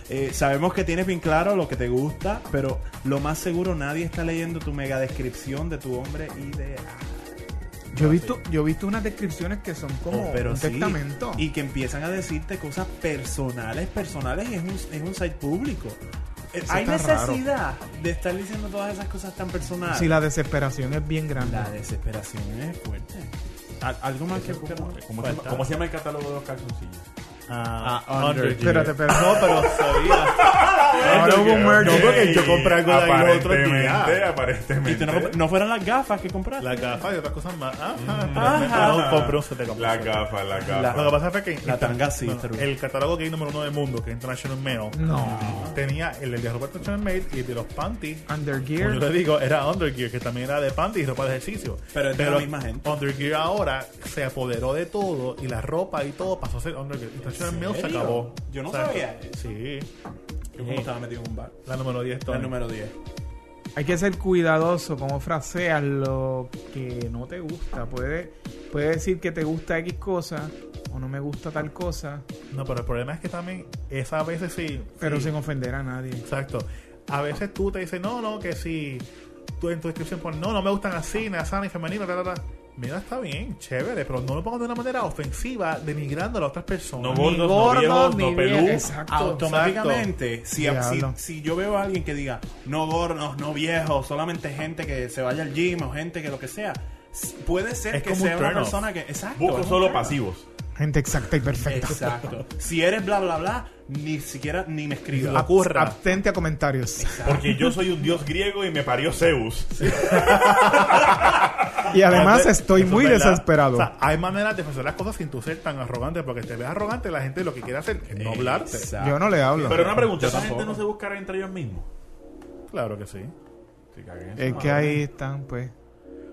Eh, sabemos que tienes bien claro lo que te gusta, pero lo más seguro nadie está leyendo tu mega descripción de tu hombre ideal. Yo he visto, yo he visto unas descripciones que son como Oh, pero un sí, testamento. Y que empiezan a decirte cosas personales, personales, y es un, es un site público. Eh, Eso Hay está raro. necesidad de estar diciendo todas esas cosas tan personales. Si la desesperación es bien grande. La desesperación es fuerte. Al- algo más que buscar. ¿Cómo se, llama, cómo se llama el catálogo de los calzoncillos? Ah, Ah, Undergear. Espérate, espérate. No, pero sabía. Ahora hubo un merger. No, porque yo compré algo de ahí los otros Aparentemente, días. aparentemente. Y tú no, comp- no fueron las gafas que compraste. La gafa y otras cosas más. Ajá, Ajá. No, compré un set de La compré un set. gafa, la Lo que gafa. pasa fue que La tanga sí, no, no, true. el catálogo gay número uno del mundo, que es International Mail, Ah. No. tenía el de Roberto Channel Mail y el de los panties. Como yo Undergear. le digo, era Undergear, que también era de panties y ropa de ejercicio. Pero es de la misma gente. Undergear ahora se apoderó de todo y la ropa y todo pasó a ser Undergear. International Mail se serio? acabó. Yo no O sea, sabía. Sí. Yo como estaba metido en un bar. La número 10, La Tony. número 10. Hay que ser cuidadoso como fraseas lo que no te gusta. Puede, puede decir que te gusta X cosa o no me gusta tal cosa, No, pero el problema es que también esas veces sí. pero sí, sin ofender a nadie. Exacto. A veces tú te dices, no, no, que si tú en tu descripción pones, no, no me gustan así, ni así, ni femenino, ta, ta, ta. Mira, está bien, chévere, pero no lo pongas de una manera ofensiva, denigrando a las otras personas. No gordos, no viejos, no pelú. Exacto. Automáticamente, si, si, Diablo. si yo veo a alguien que diga no gornos, no viejos, solamente gente que se vaya al gym o gente que lo que sea, s- puede ser Es que como un sea una turn off. persona que. Exacto. Busco es un solo turn off. pasivos. Gente exacta y perfecta. Exacto. si eres bla bla bla, ni siquiera ni me escribas. Acurra. Abstente a comentarios. Porque yo soy un dios griego y me parió Zeus. Y además estoy Eso es muy verdad. desesperado. O sea, hay maneras de hacer las cosas sin tú ser tan arrogante, porque te ves arrogante, la gente lo que quiere hacer Eh, es no hablarte. Exacto. Yo no le hablo. Pero una pregunta, Yo ¿esa tampoco. gente no se buscará entre ellos mismos? Claro que sí. Sí, caguen. Es que ahí están, pues.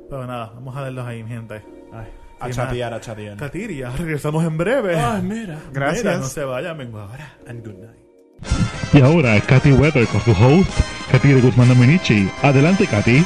Pero nada, vamos a verlos ahí, mi gente. Ay, A sí, chatear, man. a chatear. Tatiria, regresamos en breve. Ay, mira. Gracias. Mira, no no se vayan, vengo ahora. And good night. Y ahora, Katy Weather con su host, Katy de Guzmán Dominici. Adelante, Katy.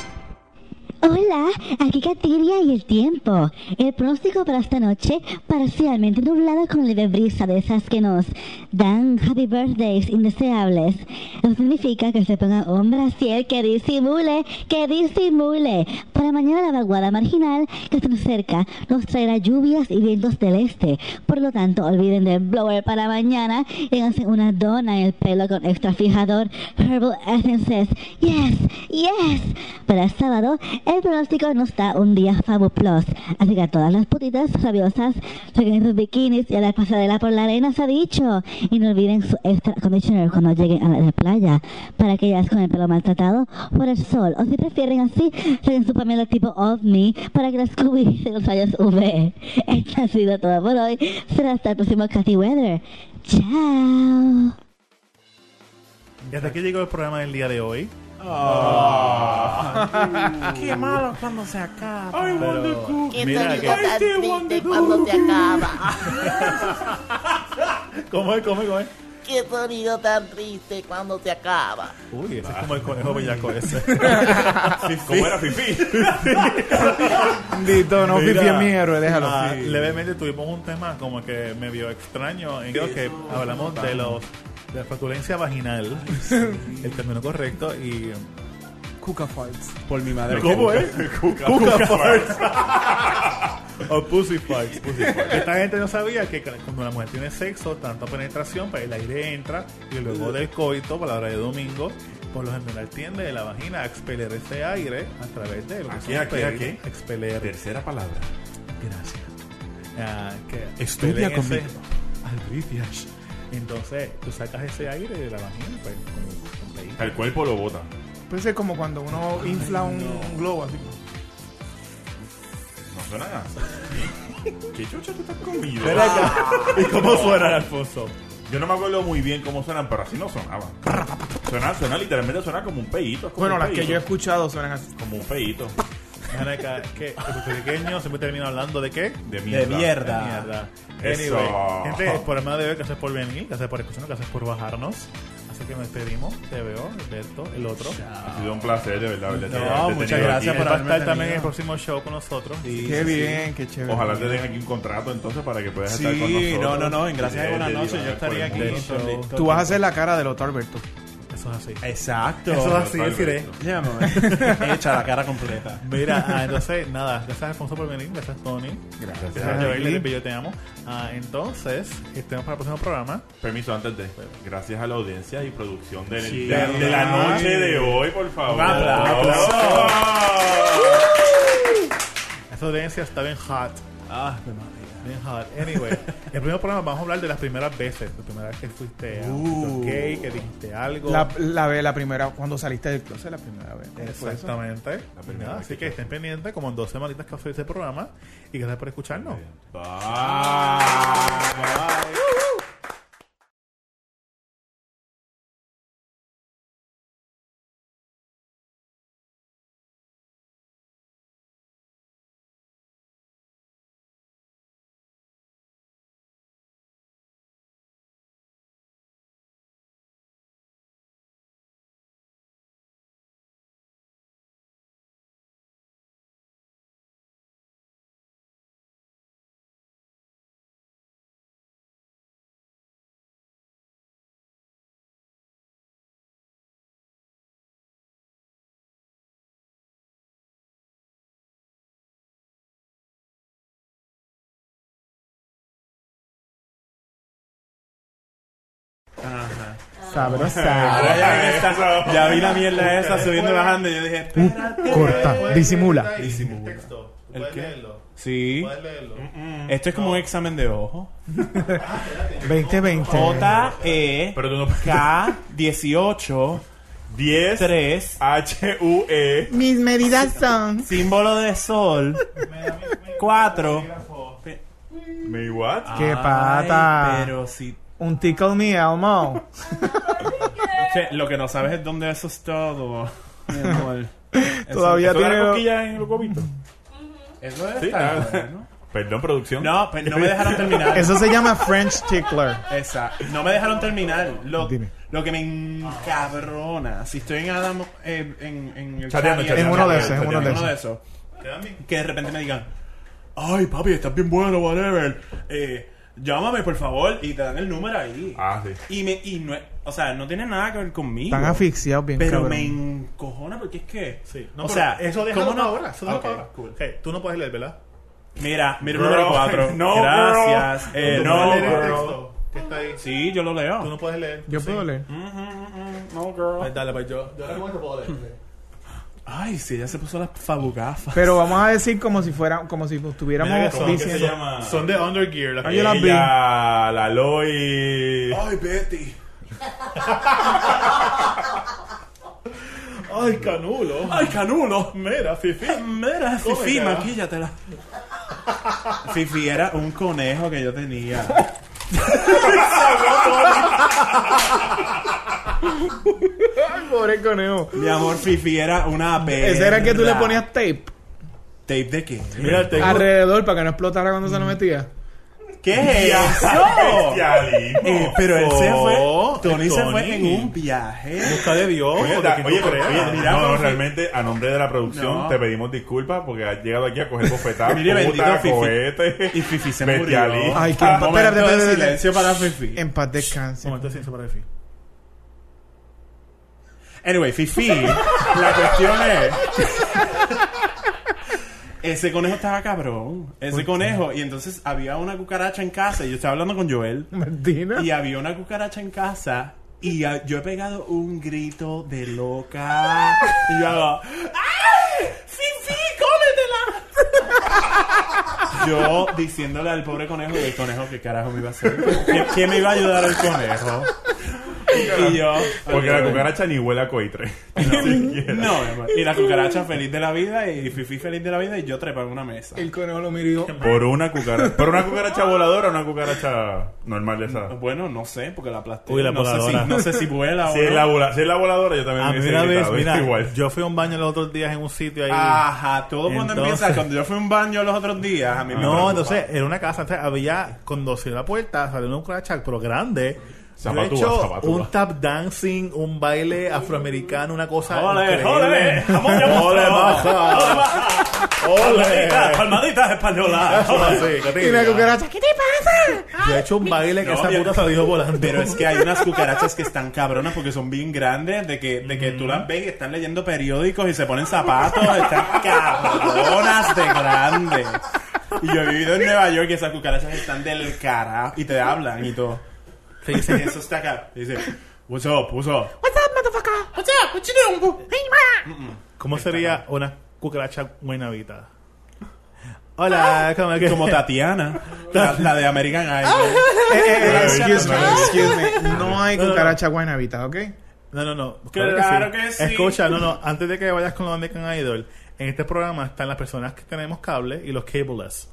Hola, aquí Katiria y el tiempo. El pronóstico para esta noche, parcialmente nublado con leve brisa de esas que nos dan happy birthdays indeseables. No significa que se ponga un brasier que disimule, que disimule. Para mañana la vaguada marginal que se nos cerca nos traerá lluvias y vientos del este. Por lo tanto, olviden del blower para mañana y hacen una dona en el pelo con extra fijador Herbal Essences. Yes, yes. Para el sábado, el pronóstico nos da un día fabuloso. Así que a todas las putitas rabiosas, saquen sus bikinis y a la pasadera por la arena se ha dicho. Y no olviden su extra conditioner cuando lleguen a la de playa. Para aquellas con el pelo maltratado por el sol. O si prefieren así, saquen su pañuelo tipo ovni para que las cubis de los rayos UV. Esto ha sido todo por hoy. Será hasta el próximo Cathy Weather. Chao. Y hasta aquí llegó el programa del día de hoy. Ah. Qué malo cuando se acaba. Pero, mira, que, triste cuando se acaba. ¿cómo es, cómo es, cómo es? Qué sonido tan triste cuando se acaba. Uy, ese es como el conejo bellaco ese. ¿Cómo era Fifi? Dito, no Mira, fifie a mi héroe, déjalo. ah, Sí. levemente tuvimos un tema como que medio extraño en que hablamos de los de la flatulencia vaginal, el término correcto y Cuca farts. Por mi madre. ¿Cómo que- es? Cuca, Cuca farts. o pussy farts. Esta gente no sabía que cuando la mujer tiene sexo, tanta penetración, pues el aire entra y luego del coito, para la hora de domingo, por lo general tiende la vagina a expeler ese aire a través de lo que Aquí, son aquí, pelis. aquí. Expeler. Tercera palabra. Gracias. Ah, que Estudia expelen ese- conmigo. Albricias. Entonces, tú sacas ese aire de la vagina, pues, como con peito. El cuerpo lo bota. Puede ser Pues como cuando uno infla un, un globo así. No suena nada. ¿Qué chucha tú estás comido? Ven acá. ¿Y cómo suena, Alfonso? Yo no me acuerdo muy bien cómo suenan, pero así no sonaban. Suena, suena, literalmente suena como un peito. es como Bueno, un las que peito. yo he escuchado suenan así. Como un peito. Ven acá, que los puertorriqueños siempre terminan hablando de qué? De mierda. De mierda. De mierda. Ah. Eso. Anyway, gente, por el de hoy, gracias por venir, gracias por escucharnos, gracias por bajarnos. Así que nos despedimos. Te veo, Alberto, el otro. Ha sido un placer, de verdad. de No, tenerte muchas tenido gracias por aquí. por estar haberme también tenido. en el próximo show con nosotros. Qué bien, qué chévere. Ojalá te den aquí un contrato entonces para que puedas estar con Sí, nosotros. no, no, no. En gracias Sí, a buenas pues, de noches. divagar Yo estaría por aquí. el mundo. listo, listo. Tú vas a hacer la cara del otro Alberto. Eso es así. Exacto. Eso es así, Totalmente. deciré. Llámame. Echa la cara completa. Mira, ah, entonces, nada, gracias Alfonso por venir, gracias Tony. Gracias. Gracias, Joel, yo te amo. Ah, entonces, estemos para el próximo programa. Permiso, antes de. Gracias a la audiencia y producción del- Sí. de, de la Ay. noche de hoy, por favor. Un aplauso. ¡Aplauso! Esta audiencia está bien hot. Ah, de madre. Bien hot. Anyway, el primer programa vamos a hablar de las primeras veces. La primera vez que fuiste a un sitio gay, que dijiste algo. La, la ve la primera, cuando saliste del closet la primera vez. ¿Qué fue eso? Exactamente. primera Nada, vez así que que estén pendientes, como en dos semanitas que hace ese programa. Y gracias por escucharnos. Bye. Bye. Sabrosa. Ahora ya vi, esta- ya vi la mierda esa subiendo y bajando. Y yo dije, Eh, Corta, disimula. Disimula. El texto. ¿Tú puedes qué? leerlo. sí. Puedes leerlo. Esto es como un examen de ojo. 2020. J, E, Pero tú no puedes- K, 18, 10 3, H-U-E. Mis medidas son. símbolo de sol, 4. ¿Me what? Ah. ¡Qué pata! Pero si. Un tickle me, Elmo. Che, lo que no sabes es dónde eso es todo. Mi amor. Eso- Todavía eso da tiene- cosquillas en el huevito. Eso es Sí, tan ah, bueno, ¿no? Perdón, producción. No, pero no me dejaron terminar. Eso se llama French tickler. Esa. No me dejaron terminar. Lo, Dime. lo que me encabrona. Si estoy en Adam. eh, en, en el Chateando, Cali- chateando, En uno chateando, de esos, en chateando. uno de uno de esos. Que de repente me digan, ay papi, estás bien bueno, whatever. Eh, llámame por favor y te dan el número ahí. Ah, sí. Y me, y no, es- o sea, no tiene nada que ver conmigo. Están asfixiados bien, Pero cabrón. me encojona porque es que. Sí. No, o pero sea, eso de déjalo para ahora. Eso déjalo para ahora. Cool. Ok, tú no puedes leer, ¿verdad? Mira, mira el Bro. número 4. No, bro. Gracias. Eh, Tú no, puedes leer el girl. texto que está ahí. Sí, yo lo leo. Tú no puedes leer. Yo Sí. puedo leer. No, girl. Pues dale, pues yo. Yo ahora mismo te puedo leer. Ay, sí, ella se puso las fabucafas. Pero vamos a decir como si fuera, como si estuviéramos Mira que ¿Cómo Sí, que sí, se diciendo. llama? Son de Undergear. las Ah, que- yo las vi. Ah. Ella, la Loy. Ay, Betty. Ay, canulo. Ay, canulo. Mira, Fifi. Mira, Come Fifi, acá. maquillatela. Fifi era un conejo que yo tenía. Ay, pobre conejo. Mi amor, Fifi era una perra. Ese era el que tú le ponías tape ¿Tape de qué? Mira, tengo. alrededor para que no explotara cuando Mm. se lo metía. ¿Qué es eso? Eh, pero él se fue. Oh, Tony se Tony. fue en un viaje. Busca de Dios. Oye, porque da- tú oye, pero- creas. oye, mira, no, no, Fifi. realmente a nombre de la producción No. te pedimos disculpas porque has llegado aquí a coger bofetadas, Mire, bendito putas, Fifi. cohetes Y Fifi se bestialí. murió. Ay, qué Ah, Un espérate, momento espérate, de espérate. silencio para Fifi. En paz descanse. Momento de ciencia para Fifi. Anyway, Fifi, la cuestión es. Ese conejo estaba cabrón. Ese conejo. Y entonces había una cucaracha en casa. Y yo estaba hablando con Joel. Martina. Y había una cucaracha en casa. Y ah, yo he pegado un grito de loca. Y yo hago. ¡Ay! ¡Fifi, cómetela! Yo diciéndole al pobre conejo y el conejo qué carajo me iba a hacer. ¿Qué- ¿Quién me iba a ayudar el conejo? Y yo. Porque la Ok. cucaracha ni huele a coitre. No, mi amor. y la cucaracha feliz de la vida y Fifi feliz de la vida y yo trepa en una mesa. El conejo lo miró. Por una cucaracha. ¿Por una cucaracha voladora o una cucaracha normal de esa? Bueno, no sé, porque la aplasté. Uy, la no, sé voladora. si, no sé si vuela o Si es, no. la vola- si es la voladora, yo Ah, A también me mí hubiese una eh, vez, gritado, mira, igual. yo fui a un baño los otros días en un sitio ahí. Ajá, todo cuando Entonces- empieza, cuando yo fui a un baño los otros días, a mí me No, preocupa. entonces era una casa. entonces había, cuando se la puerta, salió una cucaracha, pero grande. Yo he Zapatúa, hecho zapatúa. un tap dancing, un baile afroamericano, una cosa. ¡Ole, increíble. ole! ¡Jamón de ¡Ole, mostró! maja! ¡Ole, maja! ¡Ole! ¡Palmaditas, palmaditas españolas! Eso así, ¿qué te Y la diga? cucaracha, ¿qué te pasa? Yo he hecho un baile que No, esa bien. puta salió volando. Pero es que hay unas cucarachas que están cabronas porque son bien grandes, de que, de que tú las ves y están leyendo periódicos y se ponen zapatos, están cabronas de grandes. Y yo he vivido en Nueva York y esas cucarachas están del carajo y te hablan y todo. Te dicen eso está acá. Te dicen, what's up, what's up. ¿Cómo sería una cucaracha buena vida? Hola, ¿cómo que? Como Tatiana, la, la de American Idol. Eh, eh, eh, excuse me, Maravilla. excuse me. No hay cucaracha guanavita, ¿ok? No, no, no. Claro que sí. Escucha, no, no. Antes de que vayas con los American Idol, en este programa están las personas que tenemos cable y los cableless.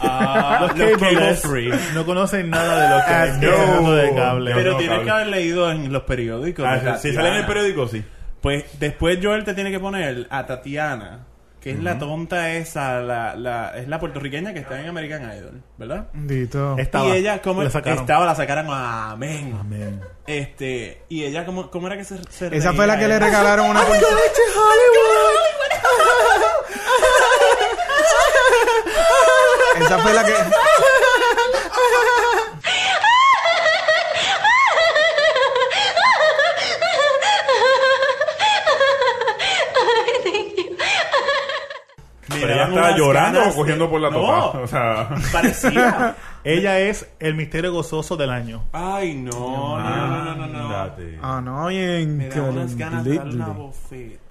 Ah, los cableless free. no conocen nada de lo que Ah, es no. hablando de cable. Pero no, tienes cable. que haber leído en los periódicos. de Ah, si- si sale en el Tatiana. periódico, sí. Pues después Joel te tiene que poner a Tatiana, que es la tonta esa, la, la, es la puertorriqueña que está en American Idol, ¿verdad? Dito. estaba, y ella, ¿cómo la sacaron. estaba? La sacaron, amén. Amén. Este, y ella, ¿cómo, cómo era que se, se Esa reía fue la que le ella? regalaron una por- Esa fue la que. Pero Mira, ella eran estaba unas llorando ganas o cogiendo de- por la No, topa. O sea, parecía. Ella es el misterio gozoso del año. Ay, no, no, no, no, no, no. Ándate. Ah, no, bien. Me da unas ganas de darle una bofeta.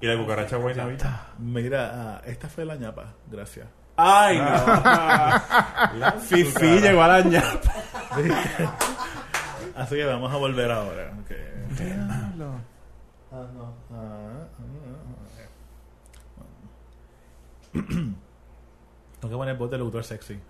¿Y la cucaracha buena vida? Mira, ah, esta fue la ñapa. Gracias. Ay, Ah. no. Fifi llegó a la ñapa. Así que vamos a volver ahora. ok. Diablo. Ah, no. Ah, ah, ah, ah. Tengo que poner voz de locutor sexy.